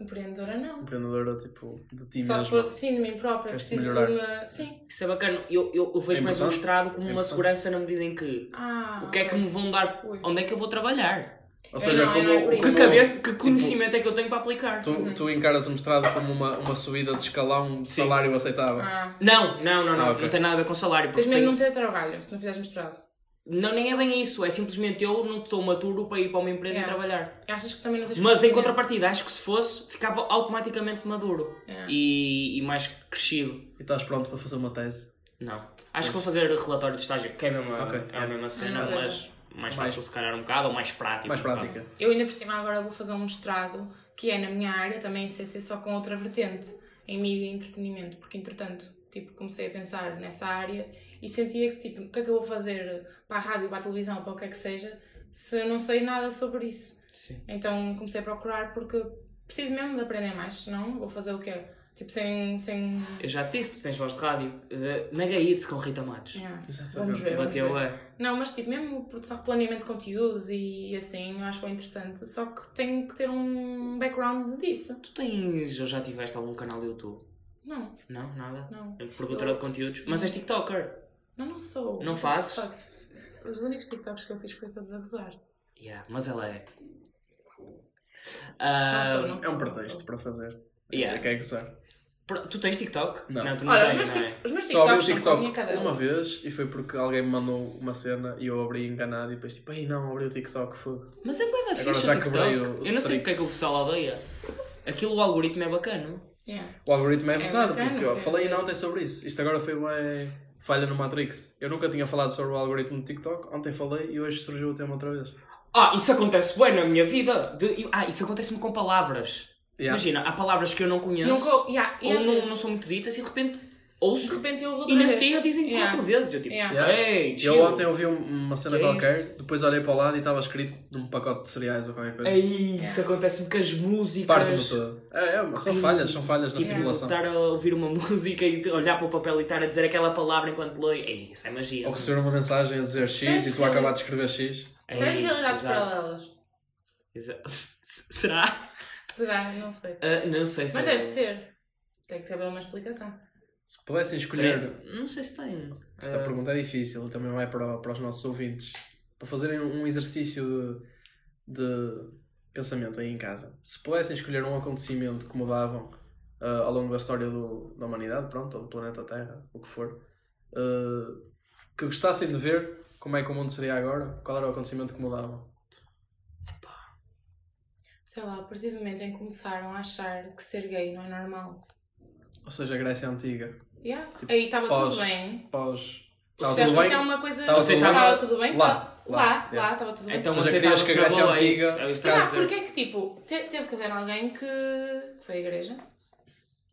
Empreendedora não. Empreendedora, tipo, de ti Só mesma. se for sim, de mim própria, Queres-te preciso de melhorar. uma. Sim. Isso é bacana. Eu, eu, eu vejo É mais o importante. mestrado É como uma importante. segurança na medida em que Ah. O que é que me vão dar? Ui. Onde é que eu vou trabalhar? Ou seja, Eu não, eu como, não é por como- Que isso. Uhum. cabeça, que Tipo- conhecimento é que eu tenho para aplicar? Tu, tu encaras o mestrado como uma, uma subida de escalão de Sim. salário aceitável. Ah. Não, não, não, não. Ah, ok. Não tem nada a ver com salário. Tens Porque mesmo tenho- não ter trabalho se não fizeres mestrado. não, nem é bem isso. É simplesmente eu não estou maturo para ir para uma empresa É. e trabalhar. Achas que também não tens Mas em conhecimento? contrapartida, acho que se fosse, ficava automaticamente maduro É. e, e mais crescido. E estás pronto para fazer uma tese. Não. Acho que vou fazer relatório de estágio, que é a mesma, Ok. é a mesma cena, mesma mas mais fácil se calhar um bocado, ou mais prático. Mais um bocado. prática. Eu ainda por cima agora vou fazer um mestrado que é na minha área, também em CC, só com outra vertente, em mídia e entretenimento, porque entretanto tipo, comecei a pensar nessa área e sentia que, tipo, o que é que eu vou fazer para a rádio, para a televisão, para o que é que seja, se não sei nada sobre isso. Sim. Então comecei a procurar porque preciso mesmo de aprender mais, senão vou fazer o quê? Tipo, sem. sem... Eu já te disse, tu tens voz de rádio. Eh, Mega hits com Rita Matos. Yeah, Exatamente. Vamos ver. vamos ver. Bateu, é. Não, mas tipo, mesmo produção, planeamento de conteúdos e assim, eu acho que é interessante. Só que tenho que ter um background disso. Tu tens ou já tiveste algum canal de YouTube? Não, Não, nada. É não. Produtora de conteúdos, mas és TikToker. Não, não sou. Não fazes? Fuck. Os únicos TikToks que eu fiz foi todos a rezar. Yeah, mas ela é. Não Ah, sou, não É sou. um não pretexto sou. para fazer. Mas Yeah. é que é gozar. pro- Tu tens TikTok? Não. tu não Olha, tipo- os meus, tens, não é? tic- os meus Só abri o TikToks estão com a minha TikTok cadeira. uma vez e foi porque alguém me mandou uma cena e eu abri enganado e depois tipo, ei não, abri o TikTok, fogo. Mas é bué da Agora ficha já TikTok. quebrei o- o Eu não sei streak. porque é que o pessoal odeia. Aquilo, o algoritmo é bacana. Yeah. O algoritmo é abusado, bacana, porque eu quer falei dizer. não ontem sobre isso. Isto agora foi uma falha no Matrix. Eu nunca tinha falado sobre o algoritmo do TikTok, ontem falei e hoje surgiu o tema outra vez. Ah, isso acontece bem na minha vida. De- Ah, isso acontece-me com palavras. Yeah. Imagina, há palavras que eu não conheço Nunca, yeah, e ou às não, não vezes, são muito ditas e de repente de ouço repente eles outra e vez. nesse dia dizem Yeah. quatro vezes. Eu tipo, Yeah. Yeah. ei, E eu chill. ontem ouvi um- uma cena Que é qualquer, isto? depois olhei para o lado e estava escrito num pacote de cereais ou qualquer coisa. Ei, É isso acontece-me com as músicas. Parte-me toda. É, é, são Ei. falhas, são falhas na Tipo, simulação. estar a ouvir uma música e olhar para o papel e estar a dizer aquela palavra enquanto leio. Ei, isso é magia. Ou receber uma mensagem a dizer X Sabes e tu que- acabaste de escrever X. Ei, Será as realidades É exato, paralelas? exato. S- Será? Será? Não sei. Ah, não sei se Mas deve ser. Tem que haver uma explicação. Se pudessem escolher. Não sei se tem. Esta Ah, pergunta é difícil e também vai para, para os nossos ouvintes. Para fazerem um exercício de, de pensamento aí em casa. Se pudessem escolher um acontecimento que mudavam ah, ao longo da história do- da humanidade, pronto, ou do planeta Terra, o que for, ah, que gostassem de ver como é que o mundo seria agora, qual era o acontecimento que mudavam? Sei lá, a partir do momento em que começaram a achar que ser gay não é normal. Ou seja, a Grécia Antiga, Yeah. Tipo, Aí estava tudo pós- bem. pós... Isso Estava é- tudo Isso bem? é uma coisa. Tava tudo bem? Estava tudo bem? Lá, Lá, lá, lá, yeah. lá, estava tudo bem. Então Ou seja, querias aceitava-se que a na Grécia boa, é isso. Antiga- É isso que Mas está a há, Quer dizer- porque é que tipo, te- teve que haver alguém que, que foi à igreja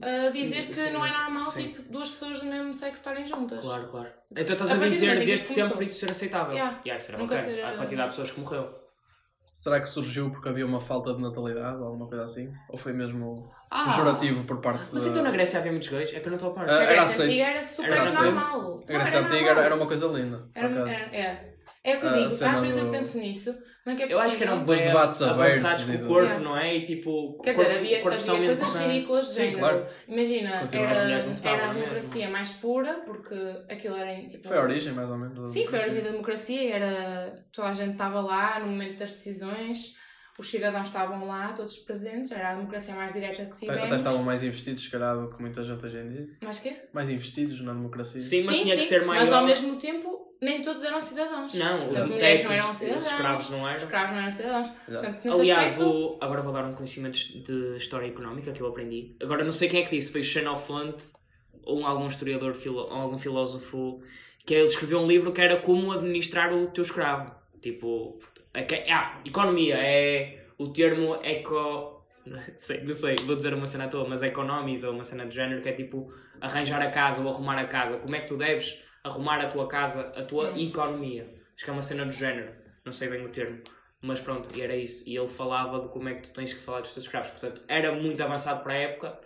a dizer que Sim, não é normal sim. tipo, duas pessoas do mesmo sexo estarem juntas. Claro, claro. Então estás A partir do a momento dizer em que desde isso sempre começou. isso ser aceitável. Yeah. Yeah, isso era Nunca bacana. dizer- Há a quantidade de pessoas que morreu. Será que surgiu porque havia uma falta de natalidade ou alguma coisa assim? Ou foi mesmo Ah. pejorativo por parte Ah. Mas da- então na Grécia havia muitos gays? É que eu não estou a par. Ah, A era Grécia aceito. Antiga era super Era aceito. normal. A Não, Grécia Antiga era, normal. era uma coisa linda, por Era- acaso. era- é. É o que eu Ah, digo, cena às vezes do- eu penso nisso, não é que é Eu acho que eram possível. Os bem debates abertos avançados com e o do- corpo, Yeah. não é? E tipo, um Quer corpo, dimente havia, corpo havia coisas ridículas de Sim, género. claro. Imagina, Continua, era, as mulheres não votavam, era a não é mesmo? democracia mais pura, porque aquilo era em, tipo. Foi a origem, mais ou menos. da Sim, foi a origem democracia. da democracia, era toda a gente estava lá no momento das decisões, os cidadãos estavam lá, todos presentes, era a democracia mais direta que Até- tivemos. Até estavam mais investidos, se calhar, do que muita gente hoje em dia. Mais quê? Mais investidos na democracia. Sim, mas tinha que ser maior. Mas ao mesmo tempo, nem todos eram cidadãos. Não, os Portanto, mulheres não eram libertos, cidadãos, os escravos não os eram. escravos não eram cidadãos. Portanto, nesse Aliás, aspecto, o- agora vou dar um conhecimento de história económica que eu aprendi. Agora não sei quem é que disse, foi Xenofonte ou algum historiador filo- ou algum filósofo que ele escreveu um livro que era como administrar o teu escravo. Tipo, a que- ah, economia é o termo eco. Não sei, não sei, vou dizer uma cena à toa, mas economiza ou uma cena do género que é tipo arranjar a casa ou arrumar a casa. Como é que tu deves arrumar a tua casa, a tua Hum. economia? Acho que é uma cena do género, não sei bem o termo. Mas pronto, e era isso. E ele falava de como é que tu tens que falar dos teus escravos. Portanto, era muito avançado para a época,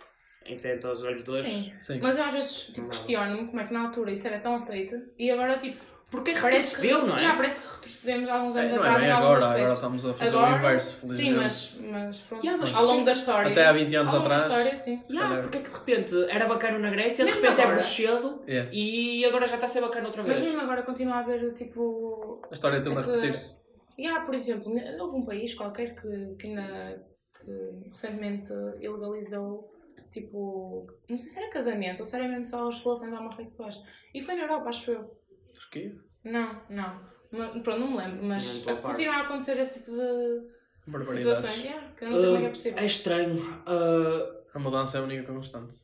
entendo aos olhos de hoje. sim. Sim. Mas eu às vezes tipo, questiono-me como é que na altura isso era tão aceito e agora tipo. Porque é que Parece que, retrocedeu, não é? Yeah, parece que retrocedemos alguns É, anos não é atrás bem em alguns agora, agora aspectos. estamos a fazer o Agora, inverso, felizmente. Sim, mas, mas pronto. Yeah, mas um ao longo da história. Até há 20 anos ao longo da atrás. história, sim. se Yeah, calhar. porque é que de repente era bacana na Grécia, de Mesmo repente é agora. bruxedo É. e agora já está a ser bacana outra vez. Mas mesmo agora continua a haver tipo. A história tende a Essa- repetir-se. Yeah, por exemplo, ne- houve um país qualquer que, que, na, que recentemente ilegalizou tipo. Não sei se era casamento ou se era mesmo só as relações homossexuais. E foi na Europa, acho eu. Turquia? Não, não. Mas, Pronto, não me lembro, Não mas estou a par. continua a acontecer esse tipo de situações. Barbaridades. Yeah, que eu não sei como é que é possível. É estranho. Uh, A mudança é a única constante.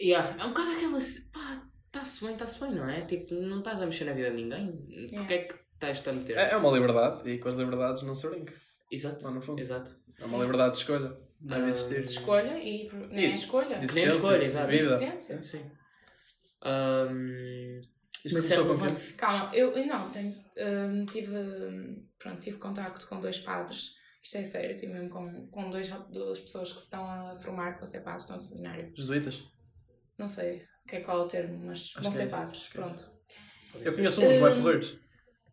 yeah. É um bocado aquela. se- Pá, está-se bem, está-se bem, não é? Tipo, não estás a mexer na vida de ninguém. Porquê é que estás-te a meter? É, é uma liberdade e com as liberdades não se brinca. Exato, Lá no fundo. exato. É uma liberdade de escolha. Deve Ah, existir. de escolha e nem é escolha. Diz- Que nem Existência, escolha, exato. vida. Existência. Sim. Ahm, Isto Mas começou é com quem? relevante. Calma, eu eu não tenho. hum, tive, hum, pronto, tive contacto com dois padres. Isto é sério, tive mesmo com, com dois, duas pessoas que se estão a formar para ser padres, estão no seminário. Jesuítas? Não sei que é qual é o termo, mas Acho vão que é ser isso, padres. acho que é Pronto. Eu conheço uns Eh, lá porreiros.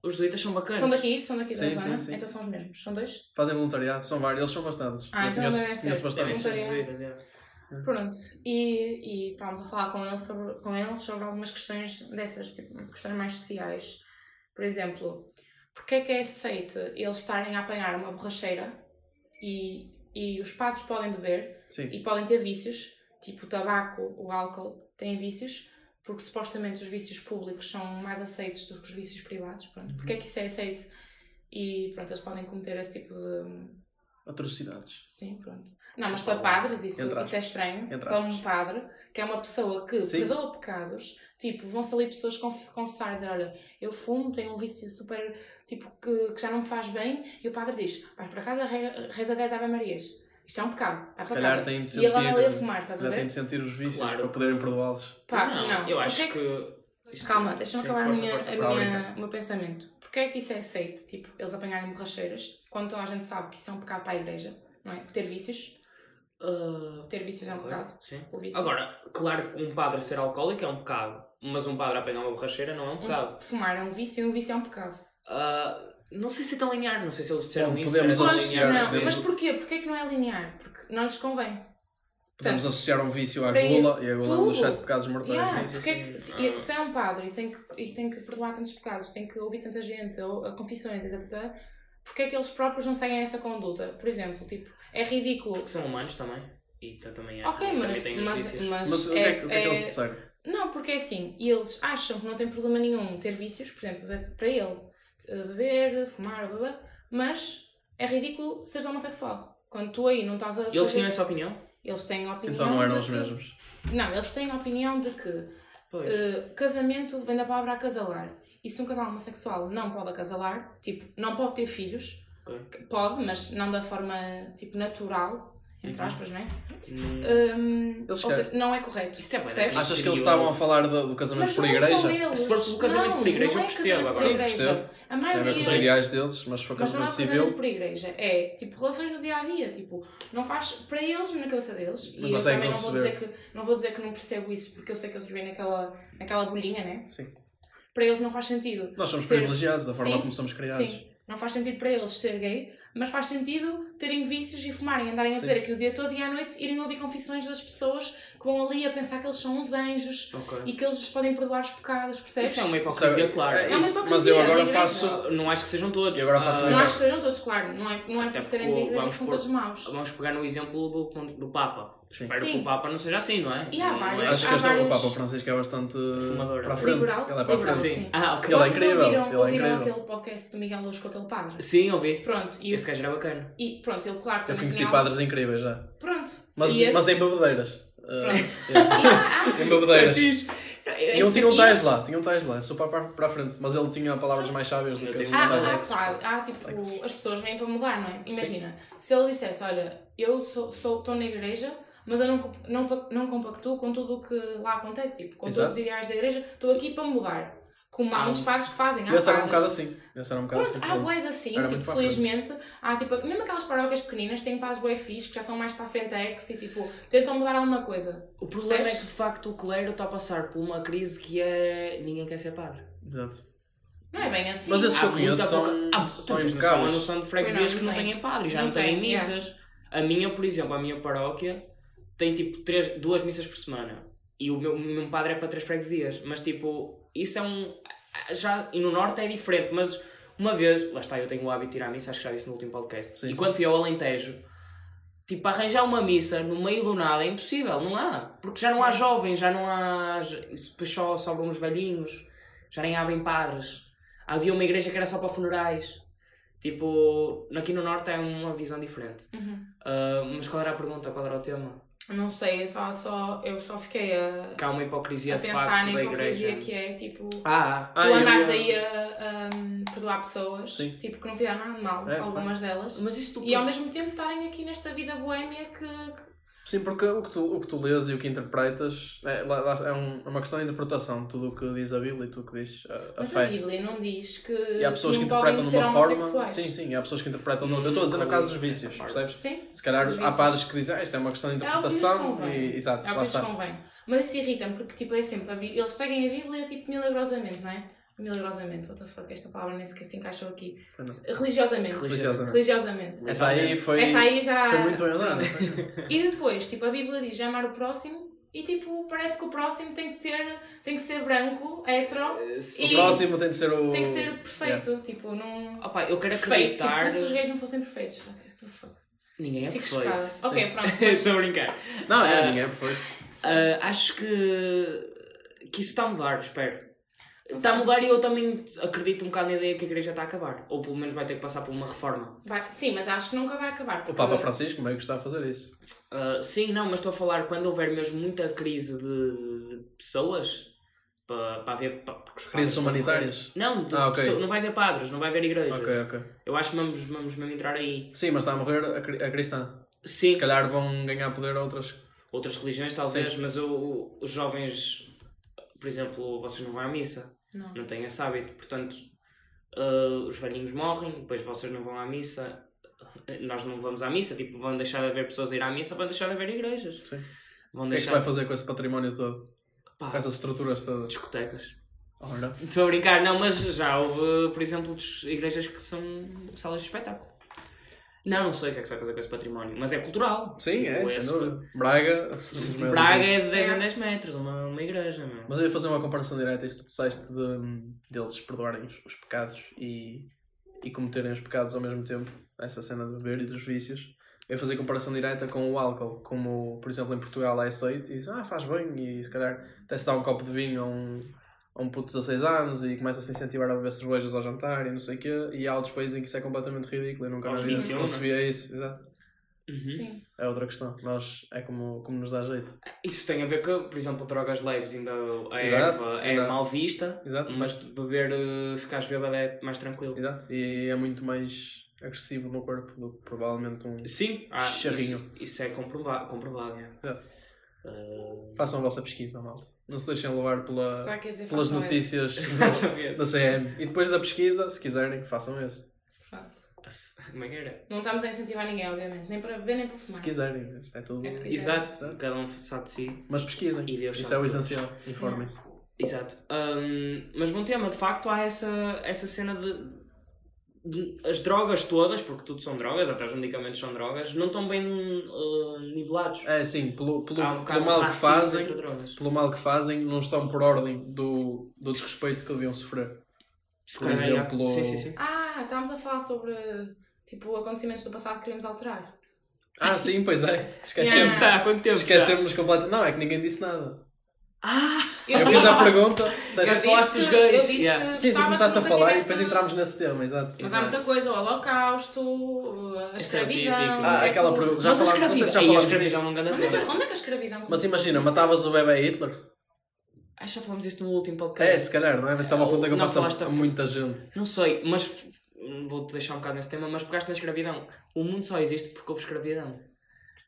Os jesuítas são bacanas. São daqui, são daqui da Sim, sim, zona. sim. Então são os mesmos. São dois? Fazem voluntariado, são vários, eles são bastantes. Ah, eu então conheço, deve ser. conheço Devem bastantes. ser Não sei. jesuítas, é. Pronto. E, e estávamos a falar com eles, sobre, com eles sobre algumas questões dessas, tipo, questões mais sociais. Por exemplo, porque é que é aceito eles estarem a apanhar uma borracheira e, e os padres podem beber, Sim. e podem ter vícios, tipo o tabaco, o álcool, têm vícios, porque supostamente os vícios públicos são mais aceitos do que os vícios privados. Pronto. Porque é que isso é aceito? E pronto, eles podem cometer esse tipo de. Atrocidades. Sim, pronto. Não, mas para padres isso, Então, Entre isso é estranho. Entre Para um aspas. padre, que é uma pessoa que Sim. perdoa pecados, tipo, vão-se ali pessoas conf- confessar e dizer: Olha, eu fumo, tenho um vício super. tipo, que, que já não me faz bem, e o padre diz: Vai para casa, re- reza 10 Ave-Marias. Isto é um pecado. Vai Se para calhar casa. têm de sentir. E agora ali a fumar, se estás a calhar ver? têm de sentir os vícios Claro para que- poderem perdoá-los. Pá, não. Então eu Porquê é acho que- que. isto- Calma, deixa-me sim, acabar força, a minha, força, a fala. minha- o meu pensamento. Porquê é que isso é aceito? Tipo, eles apanharem borracheiras, quando toda a gente sabe que isso é um pecado para a igreja, não é? Ter vícios, Ah, ter vícios é um pecado. Sim. O vício. Agora, claro que um padre ser alcoólico é um pecado, mas um padre apanhar uma borracheira não é um pecado. um, fumar é um vício e um vício é um pecado. Ah, não sei se é tão linear, não sei se eles disseram Bom, isso. se podemos era tão Mas, associar- é linear, não, podemos- mas porquê? Porquê que não é linear? Porque não lhes convém. Podemos Portanto, associar um vício à para aí, gula e a gula é um dos tudo. sete pecados mortais. Yeah, Sim, sim. porque é que- sim. Ah. se, e- se é um padre e tem, que, e tem que perdoar tantos pecados, tem que ouvir tanta gente, ou, a confissões, etc. Porquê é que eles próprios não seguem essa conduta? Por exemplo, tipo, é ridículo Porque são humanos também. E t- também é. Ok, também mas, têm os mas, vícios. mas, Mas o que é, é, que- o que é que é- eles disseram? Não, porque é assim, eles acham que não tem problema nenhum ter vícios, por exemplo, be- para ele, eh, beber, fumar, blá, blá, mas é ridículo seres homossexual. Quando tu aí não estás a E eles é fazer- tinham essa opinião? eles têm a opinião Então não eram de os que- mesmos. Não, eles têm a opinião de que Pois. eh, casamento vem da palavra acasalar. E se um casal homossexual não pode acasalar, tipo, não pode ter filhos, Ok. pode, mas não da forma, tipo, natural, entre Uhum. aspas, não é? Hum, Hum, Eles ou querem- seja, não é correto. Isso é bué da percebes? Mas Achas que eles estavam a curioso. falar do, do casamento por igreja? um eles. Se for pelo casamento por igreja, não eu é percebo casamento agora. por igreja. Percebo. A Tem a ver com os Sim. maioria. ideais deles, mas foi é Mas não é casamento o casamento civil. por igreja. É tipo relações no dia a dia. Tipo, não faz para eles na cabeça deles. Não e eu conseguem também não vou, dizer conceber. que, não vou dizer que não percebo isso, porque eu sei que eles vivem naquela, naquela bolhinha, né? Sim. Para eles não faz sentido. Nós somos ser- privilegiados da forma Sim, como somos criados. Sim, não faz sentido para eles ser gay, mas faz sentido terem vícios e fumarem, andarem a Sim. beber aqui o dia todo e à noite irem ouvir confissões das pessoas que vão ali a pensar que eles são uns anjos ok. e que eles lhes podem perdoar os pecados, percebes? Isso é uma Sabe, hipocrisia, claro. é É uma isso, hipocrisia mas eu da agora igreja. faço. Não- Não acho que sejam todos. E agora faço Ah, Não acho que sejam todos, claro, não é, não é Até por serem porque da igreja que vamos são por- todos maus. Vamos pegar no exemplo do, do Papa. Sim. Espero que Sim. o Papa não seja assim, não é? E há Não vários- Acho acho que há este- o vários- Papa Francisco é bastante Fumadora. para a frente. Liberal? Ele é para a Liberal, frente. Sim. Sim. Ah, ok. Ele é Vocês incrível, ouviram, ele é ouviram incrível. aquele podcast do Miguel Luz com aquele padre? Sim, ouvi. Pronto, e, o- Esse gajo era bacana. e pronto, ele claro Eu também conheci tinha padres incríveis já. algo- Pronto. Mas, é e esse- mas em babadeiras. Pronto. Eh, E há- há- Em babadeiras. E E eu tinha um e tais esse- lá, tinha um tais lá, sou para, para, para a frente, mas ele tinha palavras mais sábias do Eu que as tenho um Há, Sabe, há, Alex, claro, há tipo, Alex. as pessoas vêm para mudar, não é? Imagina, se ele dissesse, olha, eu estou sou, estou na igreja, mas eu não, comp- não, pa- não compactuo com tudo o que lá acontece, tipo, com Exato. todos os ideais da igreja, estou aqui para mudar. Como há Ah. muitos padres que fazem, há Esse era um padres- bocado assim. Esse era um bocado Pronto, assim. há boés assim, Era tipo, muito para a frente. felizmente, há tipo, mesmo aquelas paróquias pequeninas têm pais bué fixe, que já são mais para a frente a ex e tipo, tentam mudar alguma coisa. O problema é que Percebes? de facto o clero está a passar por uma crise que é. ninguém quer ser padre. Exato. Não é bem assim. Mas esses que eu muita conheço são, pouca- são há muitas, não são uma impecáveis. noção de freguesias Pois não, que não não tem. têm padre, já não, Não têm é. tem, missas. A minha, por exemplo, a minha paróquia tem tipo três, duas missas por semana. E o meu, o meu padre é para três freguesias. Mas tipo, isso é um. Já, e no norte é diferente, mas uma vez, lá está, eu tenho o hábito de ir à missa, acho que já disse no último podcast. Sim, e sim. quando fui ao Alentejo, tipo, arranjar uma missa no meio do nada é impossível, não há. Porque já não há jovens, já não há. Isso puxou, sobram uns velhinhos, já nem há bem padres. Havia uma igreja que era só para funerais. Tipo, aqui no Norte é uma visão diferente. Uhum. Ah, mas qual era a pergunta? Qual era o tema? Não sei, eu só, só, eu só fiquei a, Que há uma hipocrisia a de pensar facto na da hipocrisia igreja. que é, tipo, Ah, ah. Ah, tu eu andares ia- aí a, a, hum, perdoar pessoas, Sim. tipo, que não fizeram nada de mal, É, algumas delas, mas isso tu e ao mesmo tempo estarem aqui nesta vida boémia que, que- Sim, porque o que tu, o que tu lês e o que interpretas é, lá- lá- é um- é uma questão de interpretação. Tudo o que diz a Bíblia e tudo o que diz eh, a, a Mas a fé. Bíblia não diz que, E há pessoas que não podem interpretam de ser uma forma. homossexuais. Sim, sim, há pessoas que interpretam de outra. Eu Hum, estou a dizer no nunca caso dos ouvi vícios, essa parte. percebes? Sim, Se calhar Dos há vícios. padres que dizem, ah, isto é uma questão de É algo que lhes interpretação. convém. e, exato, É o lá que lhes está. convém. Mas isso irrita-me, porque tipo, é sempre, a Bíblia, eles seguem a Bíblia tipo milagrosamente, não é? Milagrosamente, what the fuck, esta palavra nem sequer se encaixou aqui. Não. Se- Religiosamente. Religiosamente. Religiosamente. Então, Essa aí foi, Essa aí tá. já... foi muito bem usada. E depois, tipo, a Bíblia diz amar o próximo e tipo, parece que o próximo tem que ter, tem que ser branco, hetero, O E- próximo tem de ser o. tem que ser perfeito, tipo, não... Opa, eu quero Perfeito, tipo, acreditar. como se os gays não fossem perfeitos. What the fuck. Ninguém é Fico perfeito. chocada. Ok, pronto. mas- Estou a brincar. Yeah. Não, é, Ah. ninguém é perfeito. Ah, acho que, que isso está a mudar, espero. Não Está a sei. mudar e eu também acredito um bocado na ideia que a igreja está a acabar. Ou pelo menos vai ter que passar por uma reforma. Vai- sim, mas acho que nunca vai O acabar. porque- Papa Francisco meio que está a fazer isso. Ah, sim, não, mas estou a falar quando houver mesmo muita crise de, de pessoas para pa haver. Pa, porque os padres Crises vão morrer. humanitárias. Não, de Ah, ok. pessoa- não vai haver padres, não vai haver igrejas. Ok, ok. Eu acho que vamos, vamos mesmo entrar aí. Sim, mas está a morrer a, cri- a cristã. Sim, Se calhar vão ganhar poder a outras. outras religiões talvez, mas o- os jovens, por exemplo, vocês não vão à missa. Não. não têm esse hábito. Portanto, ah, os velhinhos morrem, depois vocês não vão à missa, nós não vamos à missa, tipo, vão deixar de haver pessoas a ir à missa, vão deixar de haver igrejas. Sim. Vão O que é que se deixar vai fazer com esse património todo? pá, Com essas estruturas todas? discotecas. Ora. Estou a brincar, não, mas já houve, por exemplo, des- igrejas que são salas de espetáculo. Não, não sei o que é que se vai fazer com esse património, mas é cultural. Sim, Tipo, é, sem esse- dúvida. Braga. um dos maiores Braga exemplos. é de 10 em 10 metros, uma, uma igreja, meu. Mas eu ia fazer uma comparação direta. Isto que disseste de, deles perdoarem os, os pecados e, e cometerem os pecados ao mesmo tempo. Essa cena de beber e dos vícios. Eu ia fazer comparação direta com o álcool. Como, por exemplo, em Portugal é aceito e diz, ah, faz bem. E se calhar até se dá um copo de vinho a um, a um puto de 16 anos e começa a se incentivar a beber cervejas ao jantar e não sei o quê. E há outros países em que isso é completamente ridículo. Eu nunca na Aos vida 21, concebia isso. Exato. Uhum. Sim. É outra questão. Nós é como, como nos dá jeito. Isso tem a ver com, por exemplo, drogas leves, ainda a Exato, erva é exato. mal vista. Exato. Mas beber, eh, ficares bêbado é mais tranquilo. Exato. E é muito mais agressivo no corpo do que provavelmente um. Sim, ah, Charrinho. Isso, isso é comprova comprovado. é. Exato. Eh, Façam a vossa pesquisa, malta. Não se deixem levar pela, Será que dizer pelas façam notícias do- façam esse. da CM. E depois da pesquisa, se quiserem, façam esse. esse? Pronto. Esse- Como é que era? Não estamos a incentivar ninguém, obviamente. Nem para beber, nem para Se fumar. quiserem, isto é tudo. É se quiserem. Exato, Exato. cada um sabe de si. Mas pesquisem. E Deus Isso sabe é o todos. essencial. Informem-se. Exato. Hum, mas bom tema, de facto há essa, essa cena de, de- As drogas todas, porque tudo são drogas, até os medicamentos são drogas, não estão bem eh, nivelados. É assim, pelo, pelo, Há um pelo bocado de mal que racismo fazem, entre drogas. pelo mal que fazem, não estão por ordem do, do desrespeito que deviam sofrer. Se por calhar, exemplo, já. pelo- Sim, sim, sim. Ah, estávamos a falar sobre, tipo, acontecimentos do passado que queríamos alterar. Ah, sim, pois é. Yeah. Esquecemos. Isso há quanto tempo? já? Esquecemos completamente. Não, é que ninguém disse nada. Ah! Eu fiz a disse- pergunta. eu disseste- Mas falaste disse dos que- gays, Eu disse yeah. que Sim, tu gostava começaste que a nunca falar e tivesse- um- depois entramos nesse tema, exato. Mas há muita Exato. coisa, o holocausto, a Esse é o escravidão... típico. Ah, é aquela tudo. pergunta. Já Mas a falámos- não sei se já escravidão, Ei, a falámos escravidão é um disto. grande Onde é, que- tema. onde é que a escravidão começou? Mas imagina, matavas o bebê Hitler? Acho que já falámos isso no último podcast. É, se calhar, não é? Mas isto é uma Ou pergunta que eu não faço falaste a- a- a muita gente. Não sei, mas vou-te deixar um bocado nesse tema, mas pegaste na escravidão. O mundo só existe porque houve escravidão.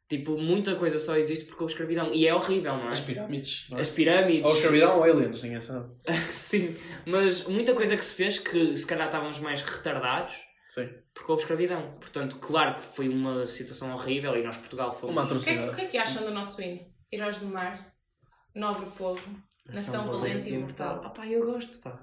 Tipo, muita coisa só existe porque houve escravidão. E é horrível, não é? As pirâmides. não é? As pirâmides. Ou escravidão ou aliens, ninguém sabe. Sim, mas muita coisa que se fez que se calhar estávamos mais retardados Sim. porque houve escravidão. Portanto, claro que foi uma situação horrível e nós, Portugal, fomos. Uma O que, é, que- o atrocidade. que é que acham do nosso hino? Heróis do mar, nobre povo, nação valente e imortal. Ah, pá, eu gosto, pá.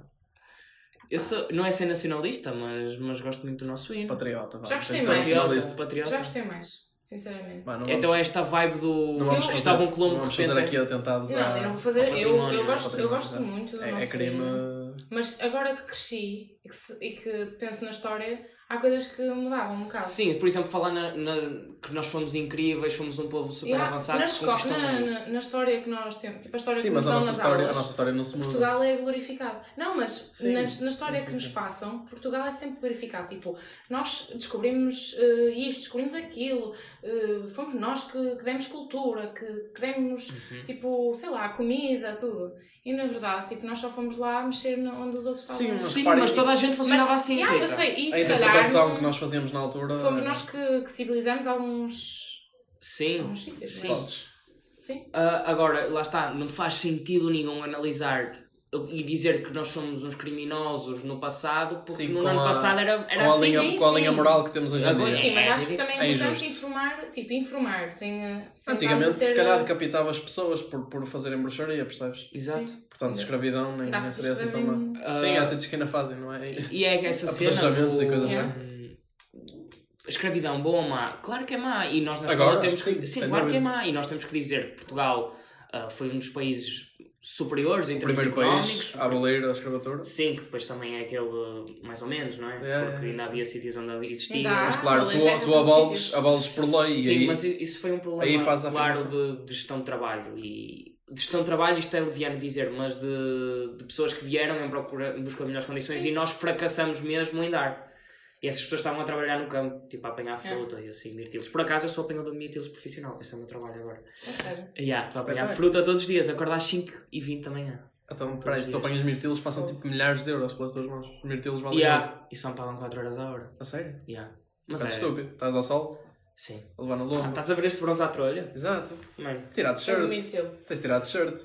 Eu sou, não é ser nacionalista, mas, mas gosto muito do nosso hino. Patriota. vá. é Já gostei Tens de ser mais. nacionalista. Patriota, patriota. Já gostei mais, sinceramente. Vá, não vamos- Então é esta vibe do não vamos um Cristóvão fazer- Colombo não de vamos repente. fazer aqui atentados Não, eu não a... vou fazer. ao Eu, património, eu gosto, eu património, gosto exato. muito do É nosso é crime... hino. Mas agora que cresci e que, se- e que penso na história, há coisas que mudavam um bocado. Sim, por exemplo, falar na- na- que nós fomos incríveis, fomos um povo E super há- avançado. na, que escola- conquistou na, muito. na- na história que nós temos, tipo a história Sim, que nos mas a dão nossa nas história- a aulas, nossa história não se muda. Portugal é glorificado. Não, mas Sim. nas- na história Sim, sim, que nos sim. passam, Portugal é sempre glorificado. Tipo, nós descobrimos eh, isto, descobrimos aquilo, eh, fomos nós que, que demos cultura, que, que demos, Uhum. tipo, sei lá, comida, tudo. E na verdade, tipo, nós só fomos lá mexer na- onde os outros estavam. Sim, mas Sim, reparem mas toda a isso. gente funcionava Mas- assim, Yeah, eu Rita. sei, e A se interpretação que calhar Ah. nós fazíamos na altura... fomos era- nós que, que civilizamos alguns em Sim. alguns sítios. Sim. Mas, Podes. sim. Ah, agora, lá está, não faz sentido nenhum analisar e dizer que nós somos uns criminosos no passado, porque Sim, no com ano a- passado era, era qual a assim. linha, sim, qual a sim. linha moral que temos hoje em Agora dia? É, Sim, mas é acho que ridículo. também É é importante injusto. informar, tipo, informar, sem, eh, sem Antigamente, estarmos a se ser, calhar eh, decapitava as pessoas por, por fazerem bruxaria, percebes? Exato. Ah, Sim. Portanto, Sim. escravidão nem, nem Graças a seria assim Deus, tão também- má. Sim, há sítios que ainda fazem, não é? é. E é que essa Sim. cena Apedrejamentos do... e coisas é? Yeah. Escravidão, boa ou má? Claro que é má. E nós na Agora, escola temos sim, que... Sim, sem claro que é dúvida. má. E nós temos que dizer que Portugal ah, foi um dos países superiores em O termos primeiro económicos. país a abolir a escravatura. Ah, Sim, que depois também é aquele mais ou menos, não é? Yeah, Porque yeah. ainda havia sítios onde existia. Ainda há. mas- Mas claro, Alentejo tu, tu pelos aboles, sítios. aboles por lei Sim, e aí... mas i- isso foi um problema aí faz a claro afirmação. de, de gestão de trabalho e de gestão de trabalho isto é leviano dizer, mas de, de pessoas que vieram em, procura, em busca de melhores condições Sim. e nós fracassamos mesmo em dar. E essas pessoas estavam a trabalhar no campo, tipo a apanhar fruta e assim, mirtilos. Por acaso eu sou apanhador de mirtilos profissional, esse é o meu trabalho agora. a sério. Yeah, estou a apanhar Bem, bem. fruta todos os dias, acordo às 5h20 da manhã. Então, peraí, se tu apanhas mirtilos, passam tipo milhares de euros pelas tuas mãos. Os mirtilos valem ouro. Yeah. E só me pagam 4 horas a hora. A sério? Yeah. Mas Mas é. estúpido. Estás ao sol, Sim. a levar no Ah, lombo. estás a ver este bronze à trolha? Exato. Mano, Tirar de Eu shirt. admito. Tens de tirar de shirt.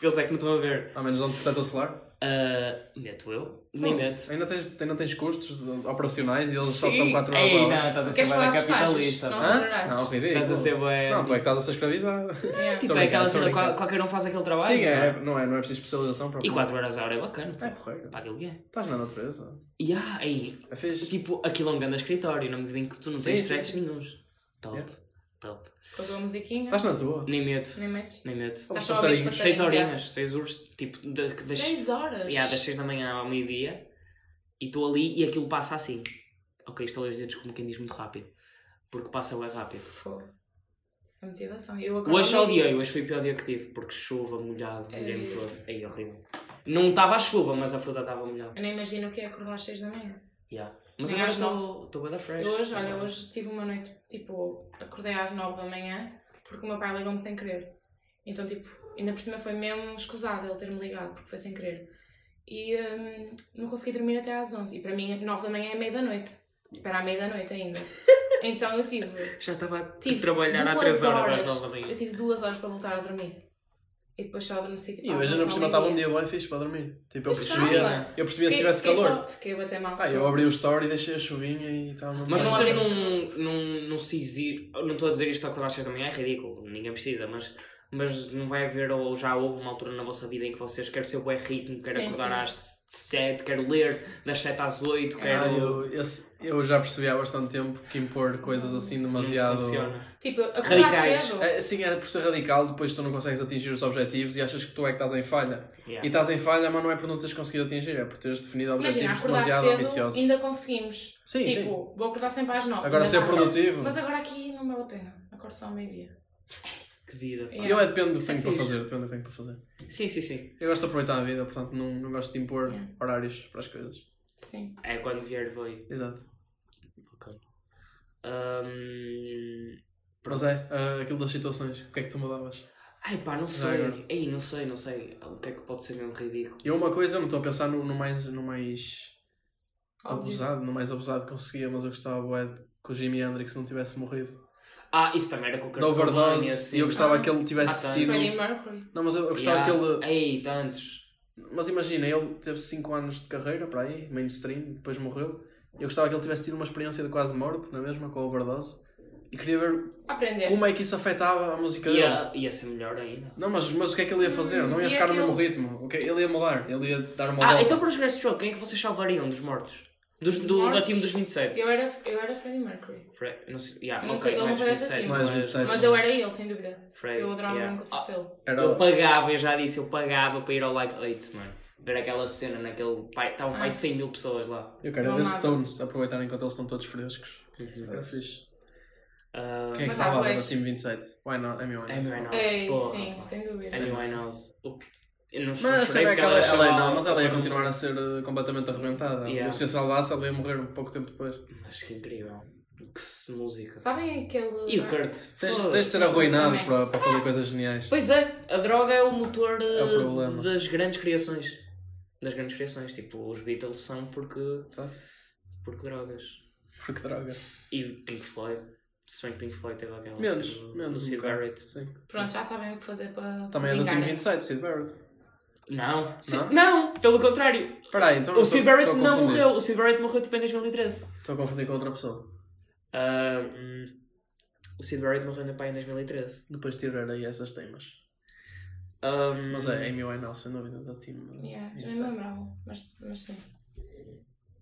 eles é que me estão a ver. Ao menos onde protetor solar. Ah, meto eu? Nem meto. Ainda tens, ainda tens custos eh, operacionais e eles só Sim. estão 4 horas Ei, a não, hora. estás a ser Queres falar bem dos taxas? capitalista. Não, Hã? ignorantes. Não, ridículo. é Estás a ser tipo, um bem. Não, tu é que estás a ser escravizado. Yeah. Tipo, Tô é brincando, aquela tô cena, qual, brincando. qualquer um faz aquele trabalho. Sim, é, pá. não é, não é preciso especialização para E 4 horas a hora é bacana. É pá. porreiro. Paga alguém. Estás na natureza. E há aí, É fixe. tipo, aquilo é um grande escritório, na medida em que tu não Sim, tens sim, stresses nenhuns. Top, Yeah. top. Pôs uma musiquinha. Estás na tua. Nem medo, Nem metes. nem medo. Estás Os só a ouvir os passarinhos. passarinhos, 6 horinhas, 6 horas, tipo, da- que das, 6 horas? yeah, das 6 da manhã ao meio-dia. E estou ali e aquilo passa assim. Ok, estou a ler os dedos como quem diz muito rápido. Porque passa bem rápido. Fogo. A motivação. Eu acordo Hoje ao odiei, meio-dia. hoje foi o pior dia que tive, porque chuva, molhado, molhei-me Eh. todo. Aí, É horrível. Não estava a chuva, mas a fruta estava molhada. Eu nem imagino o que é acordar às 6 da manhã. Yeah. Mas Nem agora às estou estou bem da fresh. Eu hoje, olha, hoje tive uma noite, tipo, acordei às 9 da manhã porque o meu pai ligou-me sem querer. Então, tipo, ainda por cima foi mesmo escusado ele ter-me ligado porque foi sem querer. E hum, não consegui dormir até às 11. E para mim, 9 da manhã é meia da noite. Tipo, era à meia da noite ainda. Então eu tive Já estava a Tive trabalhar há duas 3 horas, horas. às 9 da manhã. Eu tive duas horas para voltar a dormir. E depois só adormeci tipo E hoje ainda por cima estava um dia bem fixe para dormir. Tipo, eu Mas percebia, estava. eu percebia se Fiquei- tivesse fiquei calor. só- Fiquei até mal. Ah, eu abri o store e deixei a chuvinha e estava... Mas Não vocês há- não, não, não se exigem. Não estou a dizer isto a acordar às 6 da manhã, é ridículo, ninguém precisa, mas. Mas não vai haver, ou já houve uma altura na vossa vida em que vocês querem ser bué ritmo, quero Sim, acordar sim. às 7, quero ler das 7 às 8, quero. Ah, eu, esse- eu já percebi há bastante tempo que impor coisas assim Não demasiado... funciona. Tipo, acordar Radicais. cedo. É, sim, é por ser radical, depois tu não consegues atingir os objetivos e achas que tu é que estás em falha. Yeah. E estás em falha, mas não é por não teres conseguido atingir, é por teres definido Imagina, objetivos acordar demasiado cedo ambiciosos. ainda conseguimos. Sim, tipo, vou acordar sempre às 9. Agora ser produtivo. Mas agora aqui não vale a pena. Acordo só ao meio-dia. Que vida. pá. E Eu é depende do que Isso é tenho para fixe. fazer, depende do que tenho para fazer. Sim, sim, sim. Eu gosto de aproveitar a vida, portanto não, não gosto de impor Yeah. horários para as coisas. Sim. É quando vier veio. Exato. Ok. Hum, Mas é, ah, aquilo das situações, o que é que tu mudavas? Ai pá, não sei. é agora. Ei, não sei, não sei. O que é que pode ser mesmo ridículo? Eu uma coisa, não estou a pensar no, no mais, no mais Óbvio. abusado, no mais abusado que conseguia, mas eu gostava bué de que o Jimi Hendrix não tivesse morrido. Ah, isso também era com o Da Kurt Cobain, overdose, assim. e eu gostava Ah. que ele tivesse Ah, tá. tido... Freddie Mercury. Não, mas eu, eu gostava Yeah. É que ele... Ei, tantos. Mas imagina, ele teve 5 anos de carreira para aí, mainstream, depois morreu. Eu gostava que ele tivesse tido uma experiência de quase morte, na mesma, com a overdose. E queria ver Aprender. como é que isso afetava a música dele. Ia, ia ser melhor ainda. Não, mas, mas o que é que ele ia fazer? Não ia E ficar no aquele- mesmo ritmo. O que- é, Ele ia mudar, ele ia dar uma Ah, volta. então para os Grass Jogo, quem é que vocês salvariam dos mortos? Dos, do, Mortos? Da time dos 27? Eu era, eu era Freddie Mercury. Fre- Não sei, yeah, Não ok, sei, ele não é não és parece 27, assim. Não és 27. Mas eu era ele, sem dúvida. Fre- eu adorava yeah. Ah, mesmo concerto dele. Era... Eu pagava, eu já disse, eu pagava para ir ao Live 8, mano. Ver aquela cena naquele. pai- Estavam Ah. pai 100 mil pessoas lá. Eu quero Eu ver amava. Stones aproveitarem enquanto eles estão todos frescos. é Era é fixe. Uhum. Ah, Quem é que Mas há salvava da boas. Team 27? Why not? Amy Amy Winehouse. Winehouse, Ei, porra, sim, pá. sem dúvida. Amy Winehouse. O que- Eu não Mas a chorei cena é porque que ela, achava- ela, não, mas ela ia continuar a ser eh, completamente arrebentada. Yeah. Se eu salvasse, ela ia morrer um pouco tempo depois. Mas que incrível. Que se música. Sabem aquele. E o Kurt? Tens, Foda-se. tens de ser arruinado também. para, para fazer coisas geniais. Pois é, a droga é o motor eh, É o problema. das grandes criações. Das grandes criações. Tipo, os Beatles são porque, Exato. porque drogas. Tá? Porque droga. E Pink Floyd. Se bem que Pink Floyd teve aquela Menos, cena do- menos. do um Sid bocado. Barrett. Sim. Pronto, já sabem o que fazer para. Também é do né? Team Inside, Sid Barrett. Não? Não. Não? não, pelo contrário. Espera aí, então. O Sid Barrett estou a não confundir. morreu. O Sid Barrett morreu tipo em 2013. Estou a confundir com outra pessoa. Ah, hum, o Sid Barrett morreu no pai em 2013. Depois tirar aí essas temas. Ahm, Mas é Amy Winehouse, sem dúvida, da Team Yeah, já Inside. não lembrava, mas, mas sim. Então,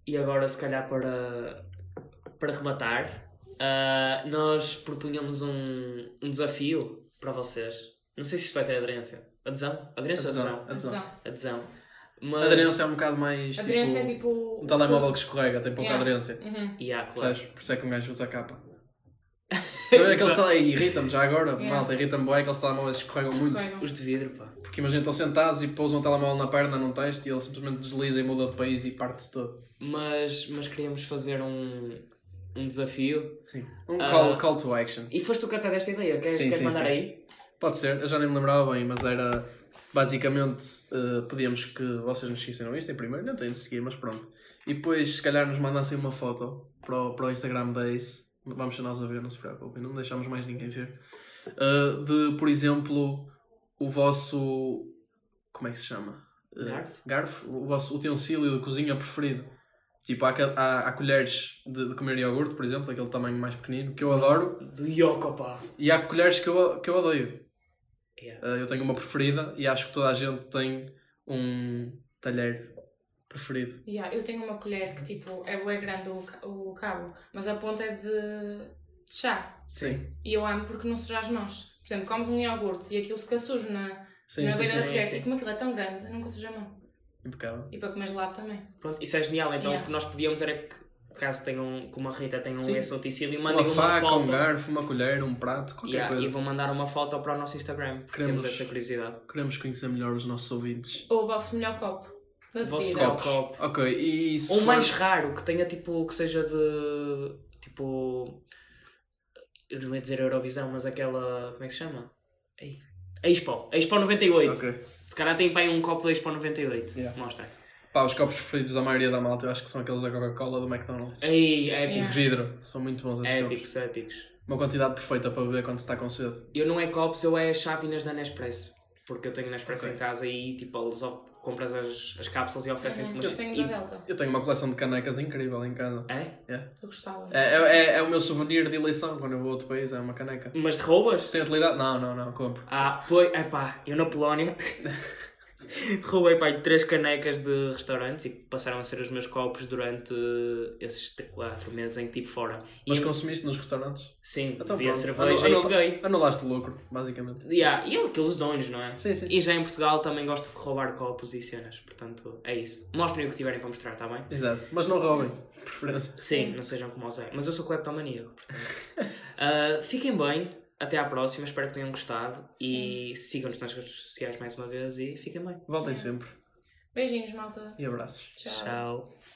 E agora, se calhar, para, para rematar, ah, nós propunhamos um, um desafio para vocês. Não sei se isto vai ter aderência. Adesão? Aderência ou Adesão. adesão? Adesão. Adesão. Adesão. A Mas... aderência é um bocado mais. Aderência ah, é tipo, tipo. Um telemóvel que escorrega, tem pouca Yeah. aderência. Uhum. Yeah, claro. Sabes? Por isso é que um gajo usa a capa. Sabe aqueles Exato. telemóveis. Irrita-me já agora, Yeah. malta, irrita-me bem aqueles telemóveis que escorregam muito. Escorregam. Os de vidro, pá. Porque imagina, estão sentados e pousam o telemóvel na perna num texto e ele simplesmente desliza e muda de país e parte-se todo. Mas, mas queríamos fazer um, um desafio. Sim. Um Ah. call, call to action. E foste tu que até desta ideia. Queres, Sim, queres sim, mandar sim. aí? Pode ser, eu já nem me lembrava bem, mas era basicamente eh, pedíamos que vocês nos seguissem no Insta em primeiro, não têm de seguir, mas pronto. E depois, se calhar, nos mandassem uma foto para o, para o Instagram da Ace, vamos ser nós a ver, não se preocupem, não deixamos mais ninguém ver. Eh, de, por exemplo, o vosso. Como é que se chama? Eh, Garfo? Garfo? O vosso utensílio de cozinha preferido. Tipo, há, ca- há, há colheres de, de comer iogurte, por exemplo, daquele tamanho mais pequenino, que eu adoro, Do Yoko, pá. e há colheres que eu, que eu odeio. Yeah. Uh, eu tenho uma preferida e acho que toda a gente tem um talher preferido. Yeah, eu tenho uma colher que tipo é bué grande o, ca- o cabo, mas a ponta é de, de chá. Sim. E eu amo porque não suja as mãos. Por exemplo, comes um iogurte e aquilo fica sujo na, Sim, na sim, beira sim. da colher. sim. E como aquilo é tão grande, nunca suja a mão. Impecável. E para comer gelado também. Pronto, isso é genial. Então, Yeah. o que nós pedíamos era que, caso tenham, como a Rita tenha Sim. um esse utensílio, Uma mandem uma, faca, foto. um garfo, uma colher, um prato, qualquer Yeah, e coisa. vão mandar uma foto para o nosso Instagram, porque Queremos- temos essa curiosidade. Queremos conhecer melhor os nossos ouvintes. Ou o vosso melhor copo. Da O vosso bebida. melhor copo. Ok, e se Ou for- mais raro, que tenha tipo, que seja de. Tipo. Eu não ia dizer Eurovisão, mas aquela. Como é que se chama? Ei. Expo. Expo 98. Ok. Se calhar tem bem um copo da Expo 98. Yeah. Mostra. Pá, os copos preferidos da maioria da malta, eu acho que são aqueles da Coca-Cola, do McDonald's. Ei, E de épicos. vidro. São muito bons esses copos. Épicos, épicos. Uma quantidade perfeita para beber quando se está com sede. Eu não é copos, eu é chávinas da Nespresso. Porque eu tenho Nespresso Ok. em casa e tipo, eles of- compras as, as cápsulas e é oferecem-te Uhum, umas- eu tenho e- da Delta. Eu tenho uma coleção de canecas incrível em casa. É? Eu gostava. É, é, é- é o meu souvenir de eleição quando eu vou a outro país, é uma caneca. Mas roubas? Tem utilidade? Não, não, não, compro. Ah, pois, epá, eu na Polónia roubei pai três canecas de restaurantes e passaram a ser os meus copos durante esses t- quatro meses em que estive fora. E, Mas consumiste nos restaurantes? sim, Então vi a pronto. cerveja Anula- e peguei. Anulaste o lucro, basicamente. Yeah, e é aqueles dons, não é? Sim, sim. sim. E já em Portugal também gosto de roubar copos e cenas, portanto é isso. Mostrem o que tiverem para mostrar, está bem? Exato. Mas não roubem, de preferência. Sim, não sejam como o Zé. Mas eu sou cleptomaníaco, portanto. Ah, fiquem bem, até à próxima, espero que tenham gostado e sigam-nos nas redes sociais mais uma vez e fiquem bem. Voltem Yeah. sempre. Beijinhos, malta. E abraços. Tchau. Tchau.